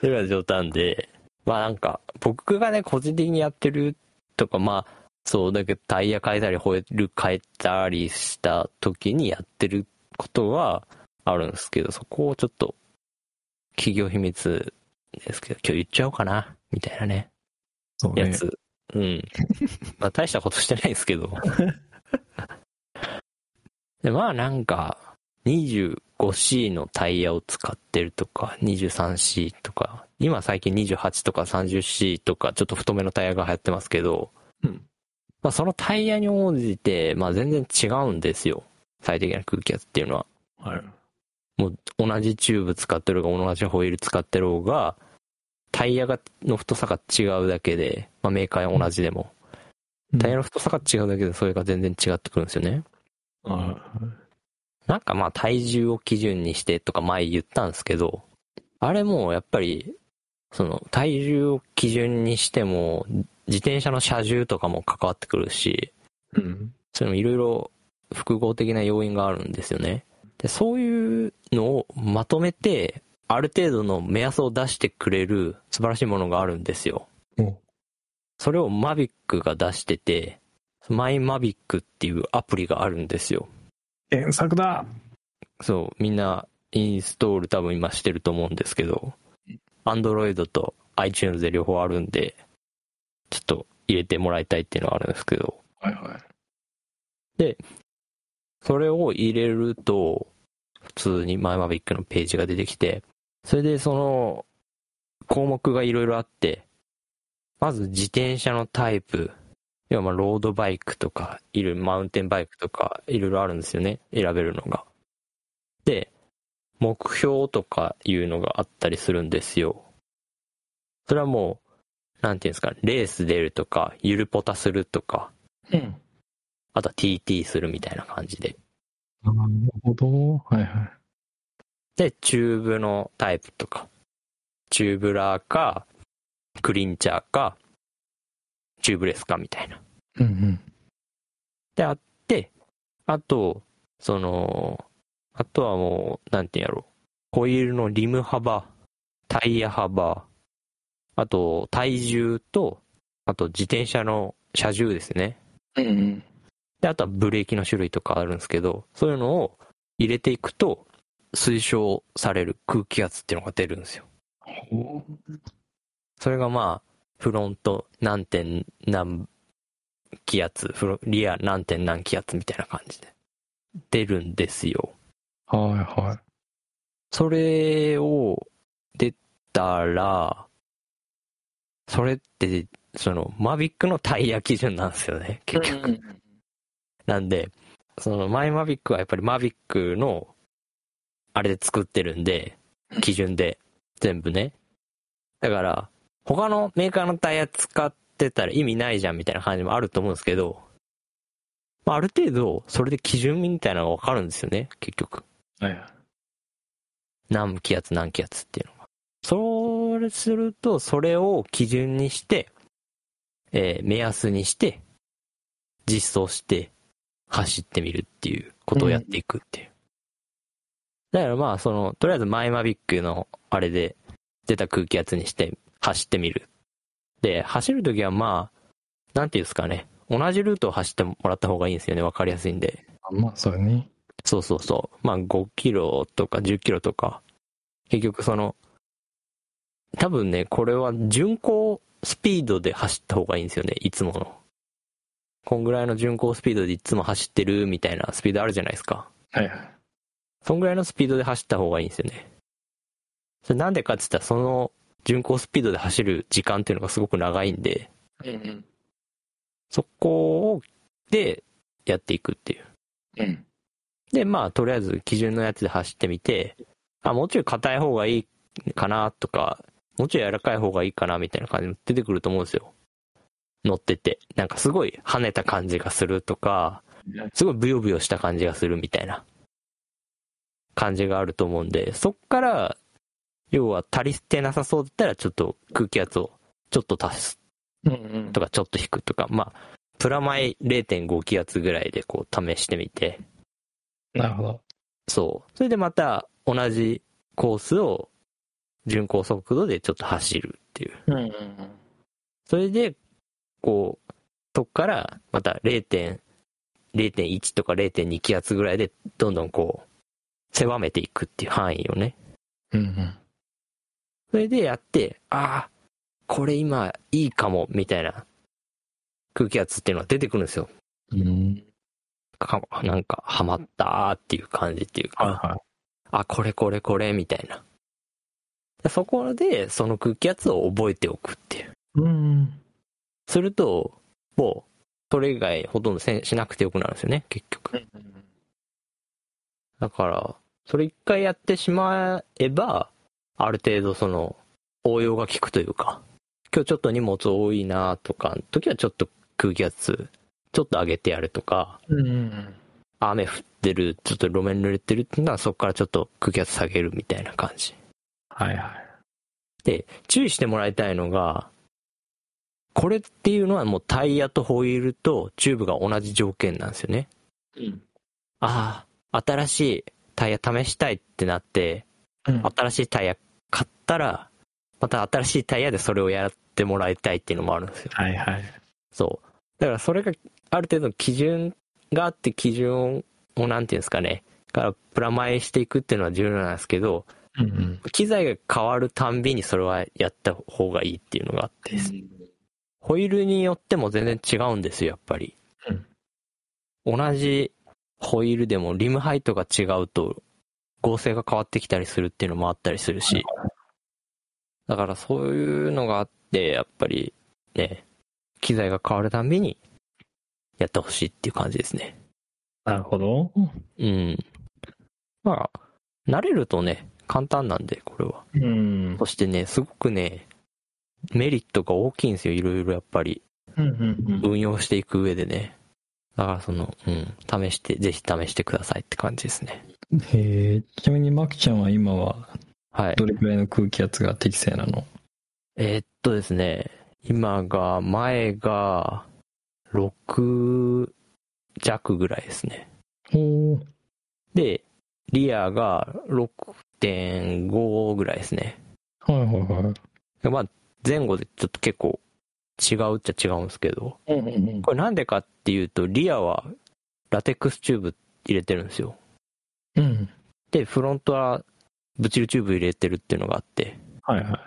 それは冗談で、まあなんか、僕がね、個人的にやってるとか、まあ、そう、だけどタイヤ変えたり、ホイール変えたりした時にやってることはあるんですけど、そこをちょっと、企業秘密ですけど、今日言っちゃおうかな、みたいなね、そうやね。つ。 うん。まあ大したことしてないですけど。でまあなんか、25C のタイヤを使ってるとか、23C とか、今最近28とか 30C とか、ちょっと太めのタイヤが流行ってますけど、うんまあそのタイヤに応じて、まあ全然違うんですよ。最適な空気圧っていうのは。はい。同じチューブ使ってるか同じホイール使ってる方が、タイヤがの太さが違うだけで、まあメーカーは同じでも、タイヤの太さが違うだけでそれが全然違ってくるんですよね。なんかまあ体重を基準にしてとか前言ったんですけど、あれもやっぱり、その体重を基準にしても、自転車の車重とかも関わってくるし、うん。それもいろいろ複合的な要因があるんですよね。で、そういうのをまとめて、ある程度の目安を出してくれる素晴らしいものがあるんですよ。おそれをマビックが出してて、マイマビックっていうアプリがあるんですよ。原作だそう、みんなインストール多分今してると思うんですけど、Android と iTunes で両方あるんで、ちょっと入れてもらいたいっていうのはあるんですけど、はいはい。それを入れると、普通にマイマビックのページが出てきて、それでその、項目がいろいろあって、まず自転車のタイプ、要はまあロードバイクとか、いるマウンテンバイクとか、いろいろあるんですよね、選べるのが。で、目標とかいうのがあったりするんですよ。それはもう、なんていうんですか、レース出るとか、ゆるポタするとか、うん。あとは TT するみたいな感じで。なるほど。はいはい。で、チューブのタイプとか、チューブラーか、クリンチャーか、チューブレスかみたいな。うんうん。で、あと、その、あとはもう、なんていうんやろホイールのリム幅、タイヤ幅、あと体重と、あと自転車の車重ですね。うんうん。で、あとはブレーキの種類とかあるんですけど、そういうのを入れていくと、推奨される空気圧っていうのが出るんですよ。おそれがまあ、フロント何点何気圧、フロリア何点何気圧みたいな感じで出るんですよ。はいはそれを出たら、それって、その、マビックのタイヤ基準なんですよね、い。結局。なんで、その、マイマビックはやっぱりマビックの、あれで作ってるんで、基準で、全部ね。だから、他のメーカーのタイヤ使ってたら意味ないじゃんみたいな感じもあると思うんですけど、まあ、ある程度、それで基準みたいなのがわかるんですよね、結局。はいはい。何気圧何気圧っていうのが。それすると、それを基準にして、えー目安にして、実装して、走ってみるっていうことをやっていくっていう。だからまあ、その、とりあえずマイマビックのあれで出た空気圧にして走ってみる。で、走るときはまあ、なんていうんですかね、同じルートを走ってもらった方がいいんですよね、わかりやすいんで。まあ、そうだね。そうそうそう。まあ5キロとか10キロとか、結局その、多分ね、これは巡航スピードで走った方がいいんですよね、いつもの。こんぐらいの巡航スピードでいつも走ってるみたいなスピードあるじゃないですか。はいはい。そんぐらいのスピードで走った方がいいんですよね。それなんでかって言ったら、その巡航スピードで走る時間っていうのがすごく長いんで、うんうん。そこを、で、やっていくっていう。うん。で、まあ、とりあえず基準のやつで走ってみて、あ、もうちょい硬い方がいいかなとか、もうちょい柔らかい方がいいかなみたいな感じも出てくると思うんですよ。乗ってて。なんかすごい跳ねた感じがするとか、すごいブヨブヨした感じがするみたいな感じがあると思うんで、そっから、要は足りてなさそうだったら、ちょっと空気圧をちょっと足すうんうんと。かちょっと引くとか、まあ、プラマイ0.5気圧ぐらいでこう試してみて、なるほど。そう。それでまた同じコースを巡航速度でちょっと走るっていう。うんうんうん。それで、こう、そこからまた0.0.1とか0.2気圧ぐらいでどんどんこう、狭めていくっていう範囲をね。うんうん。それでやって、ああ、これ今いいかも、みたいな空気圧っていうのが出てくるんですよ。うんかなんか、ハマったーっていう感じっていうか。はあ、これこれこれみたいな。そこで、その空気圧を覚えておくっていう。うん。すると、もう、それ以外ほとんどせんしなくてよくなるんですよね、結局。だから、それ一回やってしまえば、ある程度その、応用が効くというか、今日ちょっと荷物多いなとか、時はちょっと空気圧、ちょっと上げてやるとか、うんうん。雨降ってる、ちょっと路面濡れてるっていうのは、そこからちょっと空気圧下げるみたいな感じ。はいはい。で、注意してもらいたいのが、これっていうのはもうタイヤとホイールとチューブが同じ条件なんですよね。うん。ああ、新しいタイヤ試したいってなって、うん新しいタイヤ買ったら、また新しいタイヤでそれをやってもらいたいっていうのもあるんですよ。はいはい。そう。だからそれがある程度の基準があって基準を、なんていうんですかね、からプラマイしていくっていうのは重要なんですけど、うんうん。機材が変わるたんびにそれはやった方がいいっていうのがあってですねホイールによっても全然違うんですよ、やっぱり。同じホイールでもリムハイトが違うと合成が変わってきたりするっていうのもあったりするし。だからそういうのがあって、やっぱりね、機材が変わるたんびにやってほしいっていう感じですね。なるほど。うん。まあ、慣れるとね、簡単なんで、これは。うん。そしてね、すごくね、メリットが大きいんですよ、いろいろやっぱり。うんうんうん。運用していく上でね。だからその、うん、試して、ぜひ試してくださいって感じですね。えー、ちなみに、マキちゃんは今は、はい。どれくらいの空気圧が適正なのえーっとですね、今が、前が、6弱ぐらいですね。おーで、リアが6.5ぐらいですね。はいはいはい。まあ、前後でちょっと結構違うっちゃ違うんですけど、うんうんうん。これなんでかっていうと、リアはラテックスチューブ入れてるんですよ。うん。で、フロントはブチルチューブ入れてるっていうのがあって、はいはい。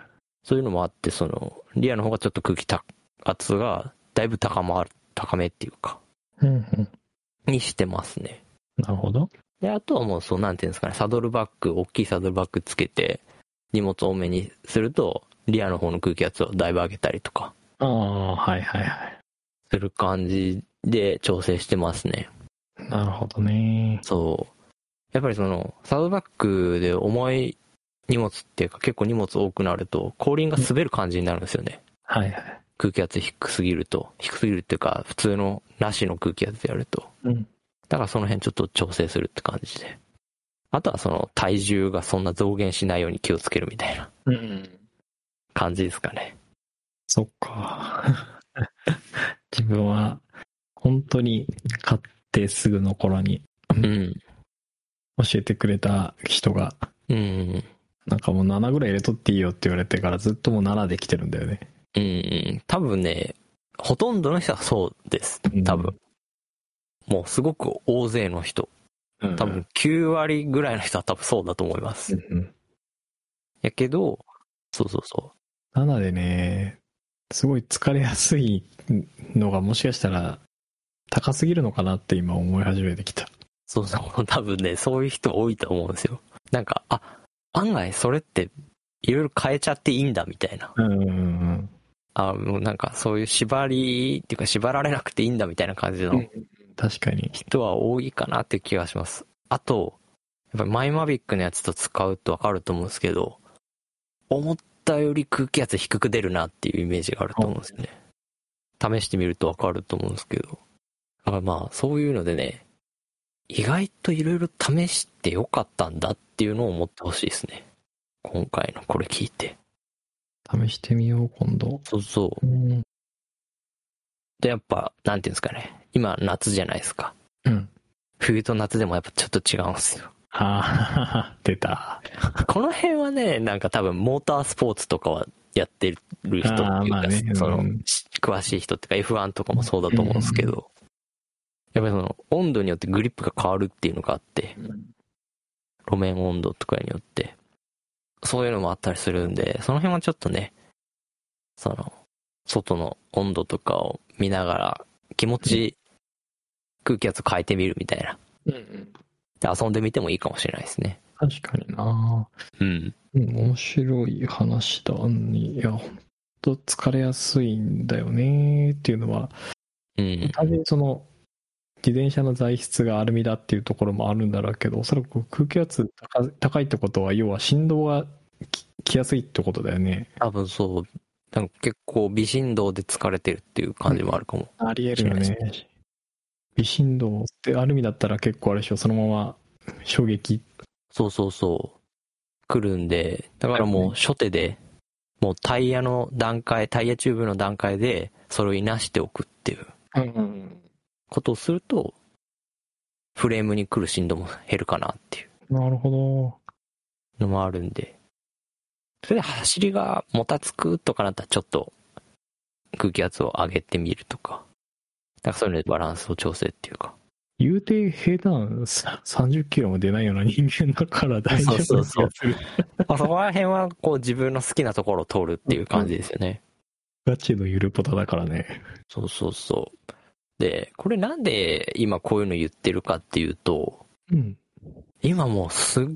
そういうのもあって、その、リアの方がちょっと空気た圧がだいぶ高まる、高めっていうか、うんうん。にしてますね。なるほど。で、あとはもう、そう、なんていうんですかね、サドルバッグ、大きいサドルバッグつけて、荷物多めにすると、リアの方の空気圧をだいぶ上げたりとか、ああ、はいはいはい。する感じで調整してますね。なるほどね。そう。やっぱりその、サドルバッグで重い荷物っていうか、結構荷物多くなると、後輪が滑る感じになるんですよね。はいはい。空気圧低すぎると、低すぎるっていうか、普通のなしの空気圧でやると。うんだからその辺ちょっと調整するって感じで。あとはその体重がそんな増減しないように気をつけるみたいなうんうん。感じですかね。そっか。 自分は、本当に買ってすぐの頃にうん。教えてくれた人が、うん。なんかもう7ぐらい入れとっていいよって言われてからずっともう7できてるんだよね。うん。多分ね、ほとんどの人はそうです。多分。もうすごく大勢の人。うん。多分9割ぐらいの人は多分そうだと思います。うん。やけど、そうそうそなのでね、すごい疲れやすいのがもしかしたら高すぎるのかなって今思い始めてきた。う。そうそう。多分ね、そういう人多いと思うんですよ。なんか、あ、案外それって、いろいろ変えちゃっていいんだみたいな。うんうんうん。あもうなんかそういう縛りっていうか縛られなくていいんだみたいな感じの確かに。人は多いかなっていう気がします。あと、やっぱりマイマビックのやつと使うとわかると思うんですけど、思ったより空気圧低く出るなっていうイメージがあると思うんですよね。試してみるとわかると思うんですけど。だからまあそういうのでね、意外といろいろ試してよかったんだっていうのを思ってほしいですね。今回のこれ聞いて。試してみよう、今度。そうそう。うん。で、やっぱ、なんていうんですかね。今、夏じゃないですか。うん。冬と夏でもやっぱちょっと違うんですよ。あー、出 た。この辺はね、なんか多分、モータースポーツとかはやってる人っていうあーまあか、ねそうのん、し詳しい人っていうか、F1 とかもそうだと思うんですけど、やっぱりその、温度によってグリップが変わるっていうのがあって、路面温度とかによって、そういうのもあったりするんで、その辺はちょっとね、その、外の温度とかを見ながら、気持ち、空気圧を変えてみるみたいな。で遊んでみてもいいかもしれないですね。確かになうん。うん面白い話だに。いや、ほんと疲れやすいんだよねっていうのは、うん。単純にその、自転車の材質がアルミだっていうところもあるんだろうけど、おそらく空気圧高高いってことは、要は振動がき来やすいってことだよね。多分そう、なんか結構微振動で疲れてるっていう感じもあるかも。ありえるよね。微振動ってアルミだったら結構あれでしょ、そのまま衝撃。そうそうそう。来るんで、だからもう初手で、もうタイヤの段階、タイヤチューブの段階で、それをいなしておくっていうことをすると、フレームに来る振動も減るかなっていうなるほのもあるんで、それで走りがもたつくとかなったらちょっと空気圧を上げてみるとか、なんかそういうのでバランスを調整っていうか、ど。言うて平坦さ30キロも出ないような人間だから大丈夫な気がする。まあ、そこら辺はこう自分の好きなところを通るっていう感じですよね。ガチのゆるポタだからね。そうそうそう。で、これなんで今こういうの言ってるかっていうと、うん。今もうすっ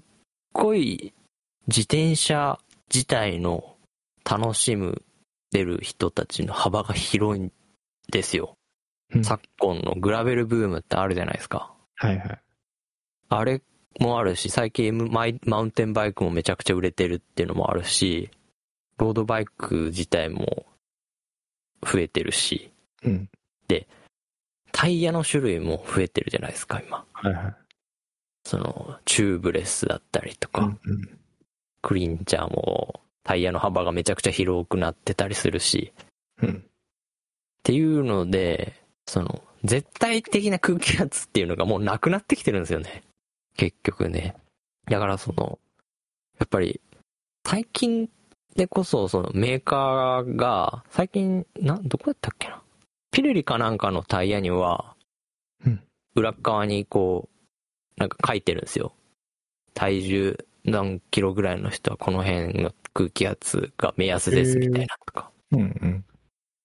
ごい自転車自体の楽しむ出る人たちの幅が広いんですよ。うん昨今のグラベルブームってあるじゃないですか。はいはい。あれもあるし、最近 M マイマウンテンバイクもめちゃくちゃ売れてるっていうのもあるし、ロードバイク自体も増えてるし、うん。タイヤの種類も増えてるじゃないですか、今。はいはい。その、チューブレスだったりとか、うんクリンチャーもタイヤの幅がめちゃくちゃ広くなってたりするし、うん。っていうので、その、絶対的な空気圧っていうのがもうなくなってきてるんですよね。結局ね。だからその、やっぱり、最近でこそ、そのメーカーが、最近、な、どこだったっけな。ピルリかなんかのタイヤにはうん、裏側にこう、なんか書いてるんですよ。体重何キロぐらいの人はこの辺の空気圧が目安ですみたいなとか。うんうん。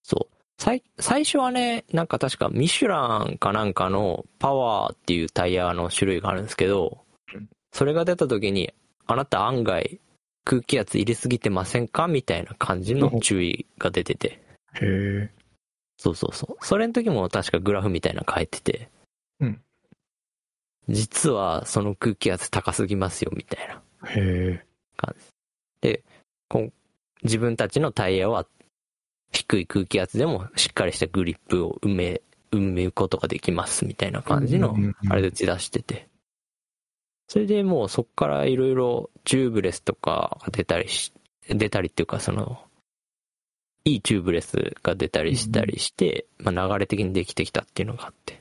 そう。最、最初はね、なんか確かミシュランかなんかのパワーっていうタイヤの種類があるんですけどうん、それが出た時に、あなた案外空気圧入れすぎてませんかみたいな感じの注意が出てて。へえ。そうそうそう。それの時も確かグラフみたいなの書いてて。うん実はその空気圧高すぎますよ、みたいな。へ自分たちのタイヤは低い空気圧でもしっかりしたグリップを埋め、埋めることができますみたいなえ。感じのうんうんうんあれで打ち出してて。それでもうそっからいろいろチューブレスとかが出たりし、出たりっていうかその、いいチューブレスが出たりしたりして、まあ流れ的にできてきたっていうのがあって。っ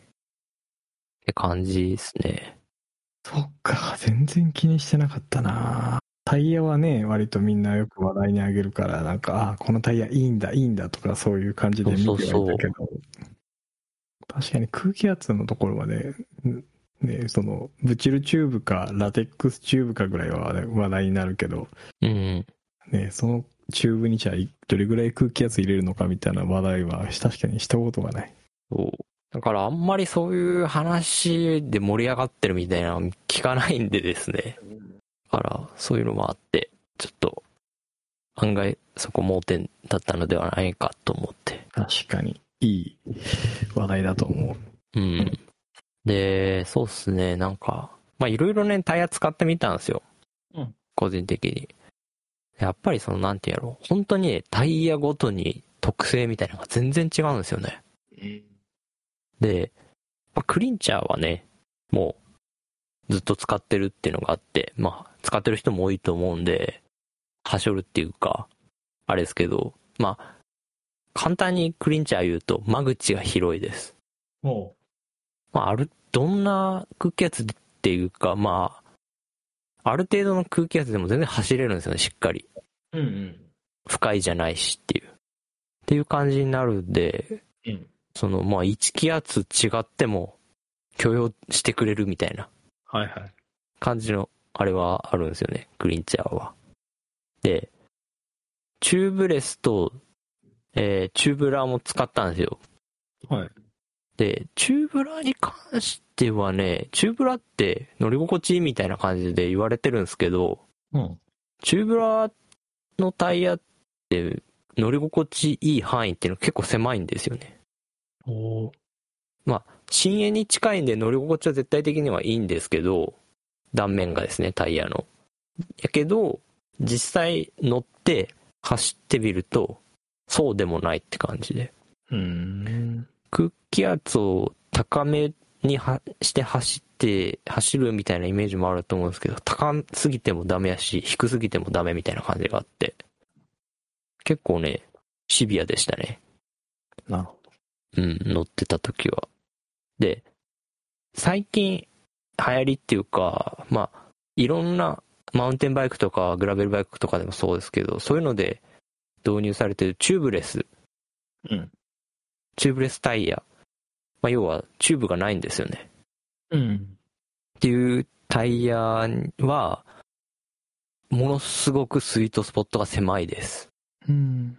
て感じですね。そっか、全然気にしてなかったな。タイヤはね、割とみんなよく話題にあげるから、なんか、あこのタイヤいいんだ、いいんだとか、そういう感じで見てはいたけど、そうそう確かに空気圧のところはね、んね、その、ブチルチューブか、ラテックスチューブかぐらいはね話題になるけど、うん。ね、そのチューブにじゃあどれぐらい空気圧入れるのかみたいな話題は確かにしたことがない。そう。だからあんまりそういう話で盛り上がってるみたいなの聞かないんでですね。だから、そういうのもあって、ちょっと、案外そこ盲点だったのではないかと思って。確かに。いい話題だと思う。うん。で、そうっすね、なんか、まあいろいろね、タイヤ使ってみたんですよ。うん個人的に。やっぱりその、なんていうやろう。本当にタイヤごとに特性みたいなのが全然違うんですよね。で、まあクリンチャーはね、もうずっと使ってるっていうのがあって、まあ、使ってる人も多いと思うんで、はしょるっていうか、あれですけど、まあ、簡単にクリンチャー言うと、間口が広いです。もまあ、ある、どんな空気圧っていうか、まあ、ある程度の空気圧でも全然走れるんですよね、しっかり。う。うんうん。不快じゃないしっていう。っていう感じになるんで、うんその、まあ、1気圧違っても許容してくれるみたいなはいはい。感じの、あれはあるんですよね、クリンチャーは。で、チューブレスと、えーチューブラーも使ったんですよ。はい。で、チューブラーに関してはね、チューブラーって乗り心地いいみたいな感じで言われてるんですけど、うん。チューブラのタイヤって乗り心地いい範囲っていうのは結構狭いんですよね。おー深淵に近いんで乗り心地は絶対的にはいいんですけど、断面がですね、タイヤの。やけど、実際乗って走ってみると、そうでもないって感じで。うん。空気圧を高めにはして走って、走るみたいなイメージもあると思うんですけど、高すぎてもダメやし、低すぎてもダメみたいな感じがあって、結構ね、シビアでしたね。なるほうん、乗ってた時は。で、最近流行りっていうか、まあ、いろんなマウンテンバイクとかグラベルバイクとかでもそうですけど、そういうので導入されてるチューブレス。うんチューブレスタイヤ。まあ、要はチューブがないんですよね。うん。っていうタイヤは、ものすごくスイートスポットが狭いです。うん。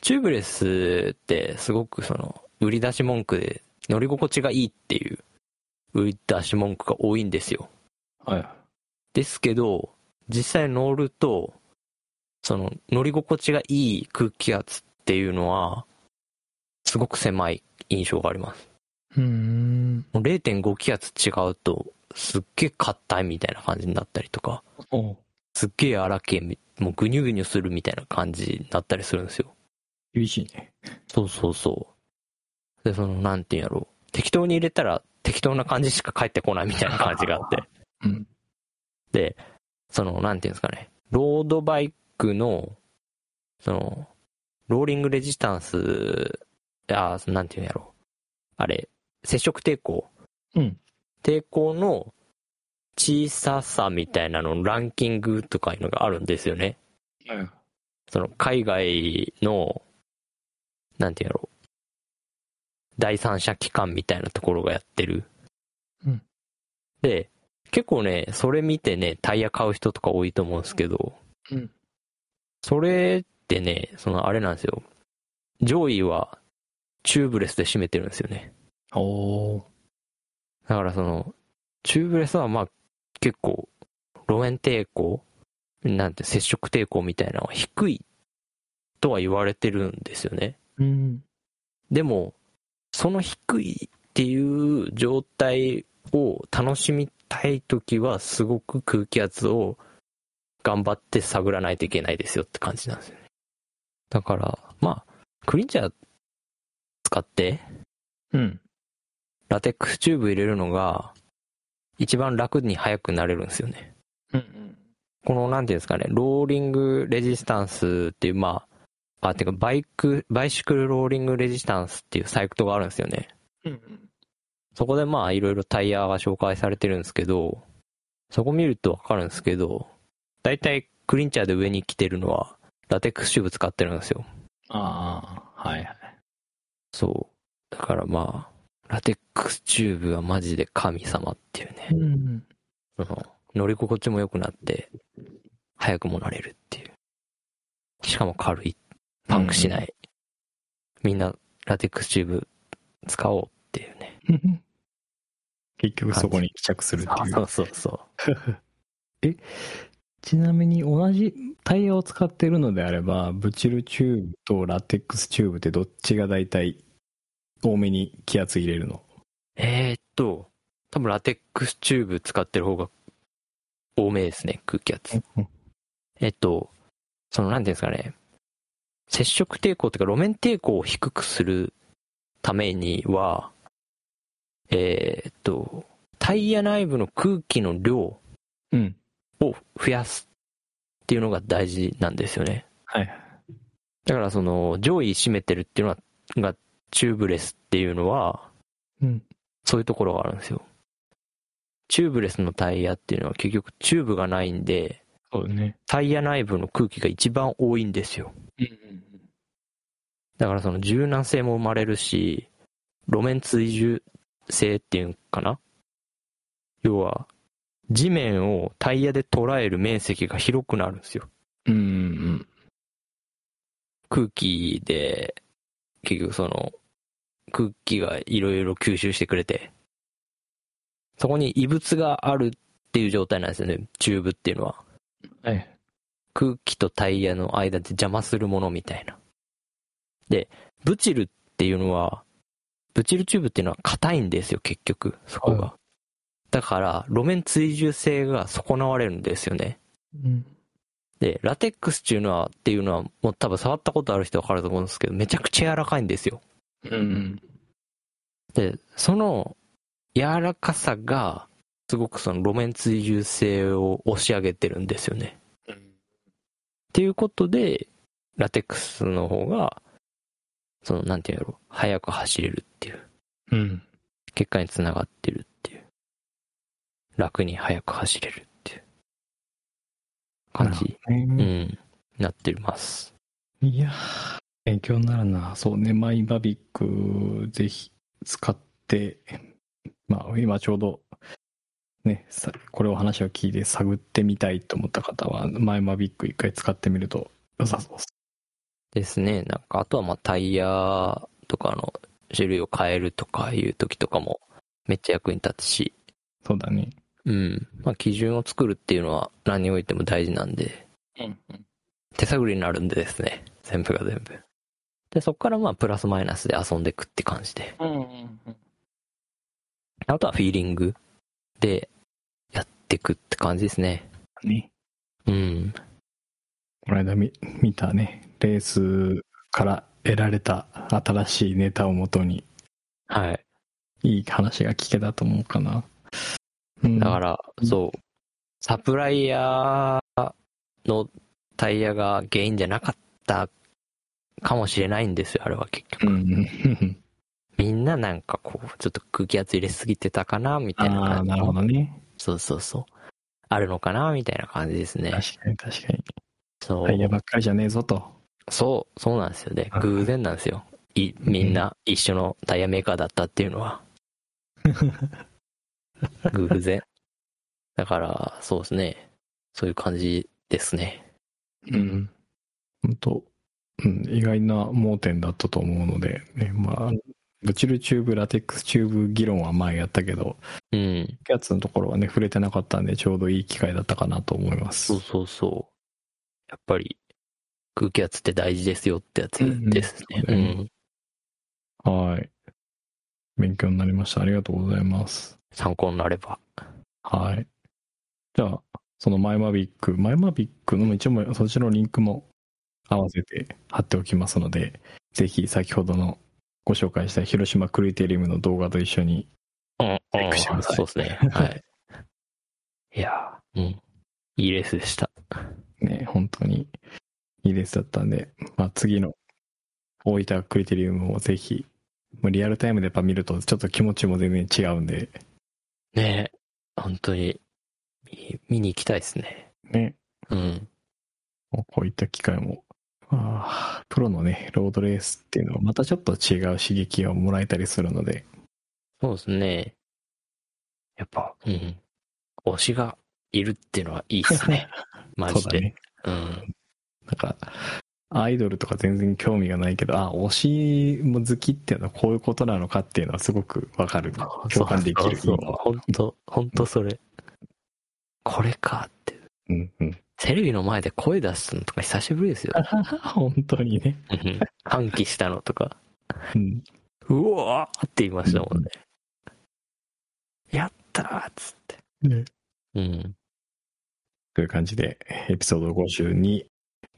チューブレスってすごくその売り出し文句で乗り心地がいいっていう売り出し文句が多いんですよ。ど。はい。ですけど、実際乗ると、その乗り心地がいい空気圧っていうのは、すごく狭い印象があります。うん。もう0.5気圧違うと、すっげえ硬いみたいな感じになったりとか、おう。すっげえ荒けえみ、もうぐにゅぐにゅするみたいな感じになったりするんですよ。厳しいね。そうそうそう。で、その、なんていうんやろう。適当に入れたら、適当な感じしか返ってこないみたいな感じがあ って。うんで、その、なんていうんですかね。ロードバイクの、その、ローリングレジスタンス、あー、なんていうんやろう。あれ、接触抵抗。うん抵抗の小ささみたいなののランキングとかいうのがあるんですよね。その海外の、なんていうんやろう、第三者機関みたいなところがやってる。うんで、結構ね、それ見てね、タイヤ買う人とか多いと思うんですけど、うんそれってね、そのあれなんですよ。上位はチューブレスで占めてるんですよね。おーだからその、チューブレスはまあ結構、路面抵抗なんて接触抵抗みたいなのは低いとは言われてるんですよね。うん。でも、その低いっていう状態を楽しみたいときは、すごく空気圧を頑張って探らないといけないですよって感じなんですよね。だから、まあ、クリンチャー使って、うん。ラテックスチューブ入れるのが、一番楽に早くなれるんですよね。うん。この、なんていうんですかね、ローリングレジスタンスっていう、まあ、あ、てか、バイク、バイシクルローリングレジスタンスっていうサイクトがあるんですよね。うん。そこでまあ、いろいろタイヤが紹介されてるんですけど、そこ見るとわかるんですけど、だいたいクリンチャーで上に来てるのは、ラテックスチューブ使ってるんですよ。ああ、はいはい。そう。だからまあ、ラテックスチューブはマジで神様っていうね。ん。その乗り心地も良くなって、早くもなれるっていう。しかも軽い。パンクしない。みんな、ラテックスチューブ使おうっていうね。 結局そこに帰着するっていう。そうそうそう。ちなみに同じタイヤを使ってるのであれば、ブチルチューブとラテックスチューブってどっちが大体多めに気圧入れるのえー、っと、多分ラテックスチューブ使ってる方が多めですね、空気圧。えっと、その、なんていうんですかね、接触抵抗というか路面抵抗を低くするためには、えー、っと、タイヤ内部の空気の量をうん。増やすっていうのが大事なんですよね。はい。だからその、上位占めてるっていうのは、がチューブレスっていうのは、うん。そういうところがあるんですよ。チューブレスのタイヤっていうのは結局チューブがないんで、そうだね。タイヤ内部の空気が一番多いんですよ。うんだからその柔軟性も生まれるし、路面追従性っていうんかな要は、地面をタイヤで捉える面積が広くなるんですよ。うんうん。うん空気で、結局その、空気がいろいろ吸収してくれて、そこに異物があるっていう状態なんですよね、チューブっていうのは。うん。はい。空気とタイヤの間で邪魔するものみたいな。で、ブチルっていうのは、ブチルチューブっていうのは硬いんですよ、結局、そこが。はだから、路面追従性が損なわれるんですよね。うん。で、ラテックスっていうのは、っていうのは、もう多分触ったことある人わかると思うんですけど、めちゃくちゃ柔らかいんですよ。うん。で、その柔らかさが、すごくその路面追従性を押し上げてるんですよね。っていうことで、ラテックスの方が、その、なんていうんだろう、速く走れるっていう、うん。結果につながってるっていう、楽に速く走れるっていう、感じ、うん、なってます。いやー勉強になるな。そうね、マイバビック、ぜひ使って、まあ、今ちょうど、ね、さこれを話を聞いて探ってみたいと思った方は、マイバビック一回使ってみると良さそうです。ですね。なんか、あとはまあタイヤとかの種類を変えるとかいう時とかも、めっちゃ役に立つし、そうだね。うん。まあ、基準を作るっていうのは何においても大事なんで、うん。手探りになるんでですね。全部が全部。で、そこからまあ、プラスマイナスで遊んでいくって感じで。うん。うん。あとはフィーリングでやっていくって感じですね。ねうん。この間見見たね、レースから得られた新しいネタをもとに、はい。いい話が聞けたと思うかな。うんだから、うんそう。サプライヤーのタイヤが原因じゃなかったかもしれないんですよ、あれは結局。 うん。みんななんかこう、ちょっと空気圧入れすぎてたかな、みたいなああ、感じなるほどね。そうそうそう。あるのかなみたいな感じですね。確かに確かに。そう、タイヤばっかりじゃねえぞと。そう、そうなんですよねう。ん偶然なんですよ。いみんな一緒のタイヤメーカーだったっていう のは。偶然。だから、そうですね。そういう感じですね。うん。本当、うん、意外な盲点だったと思うので、ね、まあ、ブチルチューブ、ラテックスチューブ議論は前やったけど、うん。やつのところはね、触れてなかったんで、ちょうどいい機会だったかなと思います。そうそうそう。やっぱり、空気圧って大事ですよってやつですね。ううんん。うんはい。勉強になりました。ありがとうございます。参考になれば。はい。じゃあ、そのマイマビック、マイマビックの一応、そっちのリンクも合わせて貼っておきますので、ぜひ先ほどのご紹介した広島クリテリウムの動画と一緒にうん、うんックしてくださいそうですね。はい。いやーうん。いいレースでした。ね、本当にいいレースだったんで、まあ、次の大分クリテリウムをぜひ、もうリアルタイムでやっぱ見るとちょっと気持ちも全然違うんで、ねえ、本当に、み見に行きたいですね。ね、うん。もうこういった機会も、まあ、プロのね、ロードレースっていうのはまたちょっと違う刺激をもらえたりするので、そうですね。やっぱ、うん。推しがいるっていうのはいいですね。マジそうだで。ね。うん。なんか、アイドルとか全然興味がないけど、あ、推しも好きっていうのはこういうことなのかっていうのはすごくわかる。共感できる。そいいうそうそうわ本当本当それ。これかって。うんうん。テレビの前で声出すのとか久しぶりですよ。 本当にね。うん歓喜したのとか。うん。うおーって言いましたもんね。やったーっつって。ねうん。という感じで、エピソード52、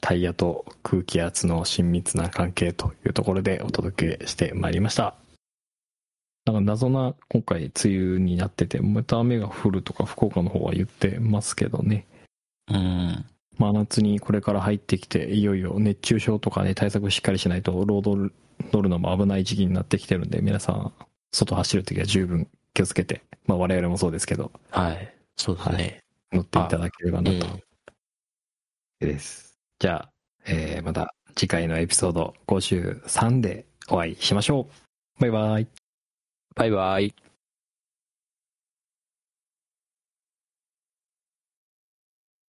タイヤと空気圧の親密な関係というところでお届けしてまいりました。なんか謎な今回梅雨になってて、また雨が降るとか福岡の方は言ってますけどね。うん。真夏にこれから入ってきて、いよいよ熱中症とかね、対策しっかりしないと、ロードル乗るのも危ない時期になってきてるんで、皆さん、外走るときは十分気をつけて、まあ我々もそうですけど、はい。そうですね。乗っていただければなとうんです。じゃあ、えーまた次回のエピソード53でお会いしましょう。バイバイ。バイバイ。